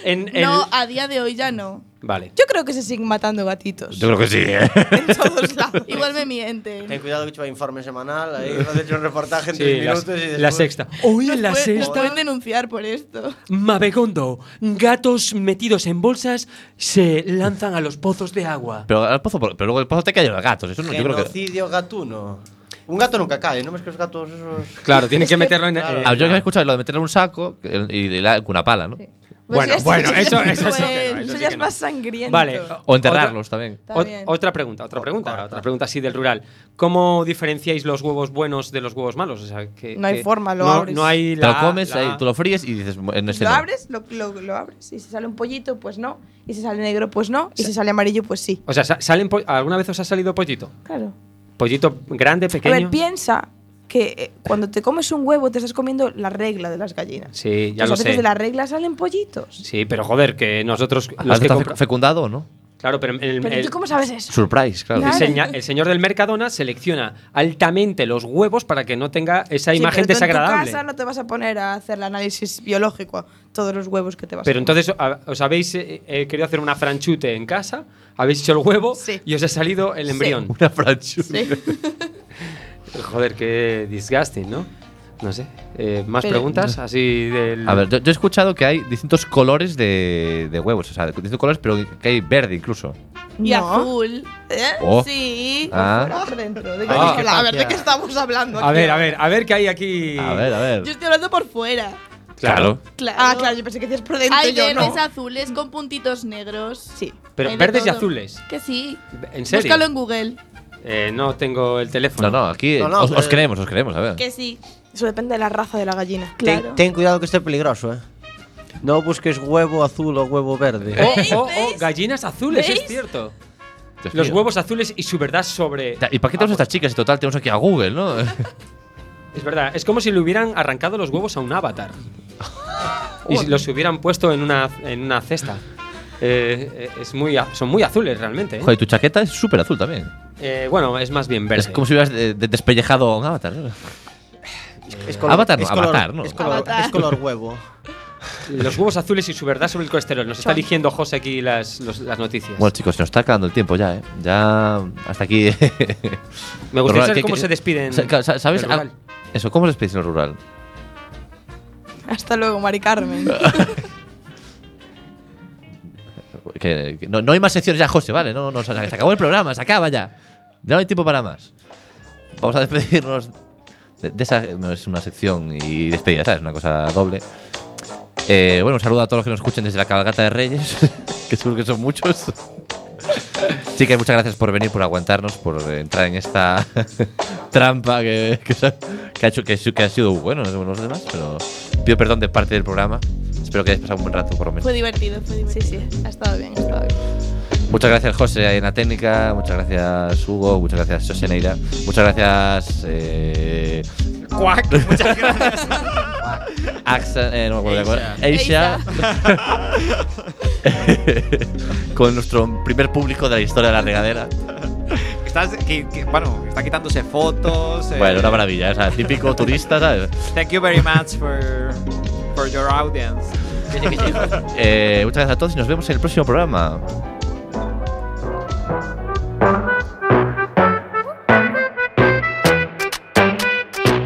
[SPEAKER 5] En, en-
[SPEAKER 7] No, a día de hoy ya no.
[SPEAKER 5] Vale.
[SPEAKER 8] Yo creo que se siguen matando gatitos.
[SPEAKER 4] Yo creo que sí, ¿eh?
[SPEAKER 8] En todos lados.
[SPEAKER 7] Igual me mienten.
[SPEAKER 6] Ten cuidado que che vai informe semanal, aí vas hecho un reportaje en
[SPEAKER 5] Sí,
[SPEAKER 6] 3
[SPEAKER 5] la,
[SPEAKER 6] minutos e despois...
[SPEAKER 5] la sexta. Hoy en la
[SPEAKER 7] Nos pueden- nos
[SPEAKER 5] sexta,
[SPEAKER 7] pueden denunciar por esto. Pues
[SPEAKER 5] Mabegondo, gatos metidos en bolsas se lanzan a los pozos de agua.
[SPEAKER 4] Pero, al pozo, pero luego el pozo te caen los gatos. Eso no, yo creo que.
[SPEAKER 6] Genocidio gatuno. Un gato nunca cae, non ves que os gatos esos...
[SPEAKER 5] Claro, tienen que meterlo en. eh,
[SPEAKER 6] Claro.
[SPEAKER 4] Ah, yo que he escuchado lo de meterle un saco eh, y de la- con una pala, ¿no?
[SPEAKER 5] Bueno,
[SPEAKER 8] ya sí-
[SPEAKER 5] bueno, eso-
[SPEAKER 8] ya-
[SPEAKER 5] eso sí que no,
[SPEAKER 8] pues,
[SPEAKER 5] eso sí
[SPEAKER 8] ya
[SPEAKER 5] que
[SPEAKER 8] es
[SPEAKER 5] no.
[SPEAKER 8] más sangriento.
[SPEAKER 5] Vale.
[SPEAKER 4] O enterrarlos también.
[SPEAKER 8] Está
[SPEAKER 5] Ot-
[SPEAKER 8] bien.
[SPEAKER 5] otra pregunta, otra pregunta, otra pregunta así del rural. ¿Cómo diferenciáis los huevos buenos de los huevos malos? O sea, que,
[SPEAKER 8] No hay
[SPEAKER 5] que
[SPEAKER 8] forma, lo
[SPEAKER 5] no,
[SPEAKER 8] abres.
[SPEAKER 5] No hay
[SPEAKER 4] te
[SPEAKER 5] la
[SPEAKER 4] lo comes,
[SPEAKER 5] la-
[SPEAKER 4] ahí, tú lo fríes y dices, en este
[SPEAKER 8] lo
[SPEAKER 4] no.
[SPEAKER 8] abres, lo, lo- lo abres. Y si sale un pollito, pues no. Y si sale negro, pues no. Y si sale amarillo, pues sí.
[SPEAKER 5] O sea, sa- salen po- ¿alguna vez os ha salido pollito?
[SPEAKER 8] Claro.
[SPEAKER 5] ¿Pollito grande,
[SPEAKER 8] A
[SPEAKER 5] pequeño?
[SPEAKER 8] ver, piensa que eh, cuando te comes un huevo te estás comiendo la regla de las gallinas.
[SPEAKER 5] Sí, ya
[SPEAKER 8] Pues
[SPEAKER 5] lo
[SPEAKER 8] a veces
[SPEAKER 5] sé.
[SPEAKER 8] de la regla salen pollitos.
[SPEAKER 5] Sí, pero joder, que nosotros
[SPEAKER 4] ¿Has
[SPEAKER 5] los que
[SPEAKER 4] estado
[SPEAKER 5] compra-
[SPEAKER 4] fecundado o no?
[SPEAKER 5] Claro, pero el,
[SPEAKER 8] Pero
[SPEAKER 5] el-
[SPEAKER 8] ¿tú cómo sabes eso?
[SPEAKER 4] Surprise, claro.
[SPEAKER 5] el
[SPEAKER 8] Claro.
[SPEAKER 5] seña- el señor del Mercadona selecciona altamente los huevos para que no tenga esa
[SPEAKER 8] Sí,
[SPEAKER 5] imagen
[SPEAKER 8] pero tú En
[SPEAKER 5] desagradable.
[SPEAKER 8] tu casa no te vas a poner a hacer el análisis biológico todos los huevos que te vas
[SPEAKER 5] Pero
[SPEAKER 8] a
[SPEAKER 5] entonces a- os habéis eh, eh, querido hacer una franchute en casa, habéis hecho el huevo
[SPEAKER 8] Sí.
[SPEAKER 5] y os ha salido el
[SPEAKER 8] Sí.
[SPEAKER 5] embrión.
[SPEAKER 4] Una franchu.
[SPEAKER 8] Sí.
[SPEAKER 5] Joder, qué disgusting, ¿no? No sé. Eh, ¿Más
[SPEAKER 8] Pero-
[SPEAKER 5] preguntas? Así del.
[SPEAKER 4] A ver, yo, yo he escuchado que hay distintos colores de, de huevos, o sea, distintos colores, pero que hay verde incluso.
[SPEAKER 7] Y
[SPEAKER 8] No.
[SPEAKER 7] azul.
[SPEAKER 8] ¿Eh?
[SPEAKER 4] Oh.
[SPEAKER 8] Sí.
[SPEAKER 4] Ah.
[SPEAKER 8] Por fuera, por dentro. ¿De qué
[SPEAKER 5] Ah.
[SPEAKER 8] estamos hablando? a ver, ¿de qué estamos hablando?
[SPEAKER 5] a
[SPEAKER 8] aquí?
[SPEAKER 5] ver, a ver, a ver qué hay aquí.
[SPEAKER 4] A ver, a ver.
[SPEAKER 7] Yo estoy hablando por fuera.
[SPEAKER 4] Claro.
[SPEAKER 7] Claro.
[SPEAKER 8] Ah, claro, yo pensé que decías por dentro.
[SPEAKER 7] Hay
[SPEAKER 8] yo
[SPEAKER 7] verdes
[SPEAKER 8] no.
[SPEAKER 7] azules con puntitos negros.
[SPEAKER 8] Sí.
[SPEAKER 5] Pero
[SPEAKER 7] Hay de
[SPEAKER 5] verdes y
[SPEAKER 7] todo.
[SPEAKER 5] azules.
[SPEAKER 7] Que sí.
[SPEAKER 5] ¿En serio?
[SPEAKER 7] Búscalo en Google.
[SPEAKER 5] Eh, no tengo el teléfono.
[SPEAKER 4] No, no, aquí
[SPEAKER 6] No, no,
[SPEAKER 4] os, os
[SPEAKER 6] pero-
[SPEAKER 4] creemos, os creemos, a ver.
[SPEAKER 7] Que sí.
[SPEAKER 8] Eso depende de la raza de la gallina.
[SPEAKER 6] Ten,
[SPEAKER 7] Claro.
[SPEAKER 6] ten cuidado que esté peligroso, eh. No busques huevo azul o huevo verde.
[SPEAKER 5] Oh,
[SPEAKER 7] ¿Veis?
[SPEAKER 5] oh, oh,
[SPEAKER 7] ¿Veis?
[SPEAKER 5] gallinas azules, es
[SPEAKER 7] ¿Veis?
[SPEAKER 5] cierto.
[SPEAKER 4] Dios
[SPEAKER 5] Los
[SPEAKER 4] mío.
[SPEAKER 5] huevos Ah, azules y su verdad sobre.
[SPEAKER 4] Ta- ¿Y para qué tenemos a estas chicas si total tenemos aquí a Google, no?
[SPEAKER 5] Es verdad, es como si le hubieran arrancado los huevos a un avatar. y si los hubieran puesto en una, en una cesta. Eh, eh, es muy, a- son muy azules realmente. ¿eh?
[SPEAKER 4] Joder, tu chaqueta es súper azul también.
[SPEAKER 5] Eh, bueno, es más bien verde.
[SPEAKER 4] Es como si hubieras eh, de- despellejado a un avatar. ¿no?
[SPEAKER 6] Es
[SPEAKER 4] Avatar no,
[SPEAKER 6] es color,
[SPEAKER 4] avatar no.
[SPEAKER 6] Es color,
[SPEAKER 7] Avatar.
[SPEAKER 6] es color huevo.
[SPEAKER 5] Los huevos azules y su verdad sobre el colesterol. Nos está eligiendo José aquí las, los- las noticias.
[SPEAKER 4] Bueno, chicos, se nos está acabando el tiempo ya, ¿eh? Ya hasta aquí.
[SPEAKER 5] Me
[SPEAKER 4] Lo rural,
[SPEAKER 5] gustaría saber
[SPEAKER 4] ¿qué-
[SPEAKER 5] cómo
[SPEAKER 4] qué-
[SPEAKER 5] se despiden.
[SPEAKER 4] sa- ca- sa- ¿Sabes?
[SPEAKER 5] del rural.
[SPEAKER 4] Ah, Eso, ¿cómo se despedís en el rural?
[SPEAKER 8] Hasta luego, Mari Carmen.
[SPEAKER 4] Que- que no, no hay más secciones ya, José, ¿vale? No, no, se se acabó el programa, se acaba ya. Ya no hay tiempo para más. Vamos a despedirnos de, de esa. No es una sección y despedida, ¿sabes? Una cosa doble. Eh, bueno, un saludo a todos los que nos escuchen desde la cabalgata de Reyes, que seguro que son muchos. Chicas, muchas gracias por venir, por aguantarnos, por eh, entrar en esta trampa que, que se ha- que ha hecho, que, ha sido- que ha sido bueno, no somos los demás, pero pido perdón de parte del programa. Espero que hayáis pasado un buen rato, por lo menos.
[SPEAKER 7] Fue divertido, fue divertido. Sí, sí. Ha estado bien, ha estado bien.
[SPEAKER 4] Muchas gracias José ahí en la técnica, muchas gracias Hugo, muchas gracias José Neira, muchas gracias eh,
[SPEAKER 3] Cuac. Muchas gracias.
[SPEAKER 4] Axa, eh, no me acuerdo de acuerdo. Aisha. con nuestro primer público de la historia de la regadera.
[SPEAKER 3] Estás, que- que- bueno, está quitándose fotos. eh,
[SPEAKER 4] Bueno, una maravilla, o sea, típico turista, ¿sabes?
[SPEAKER 3] Thank you very much for, for your audience.
[SPEAKER 4] Eh, muchas gracias a todos y nos vemos en el próximo programa.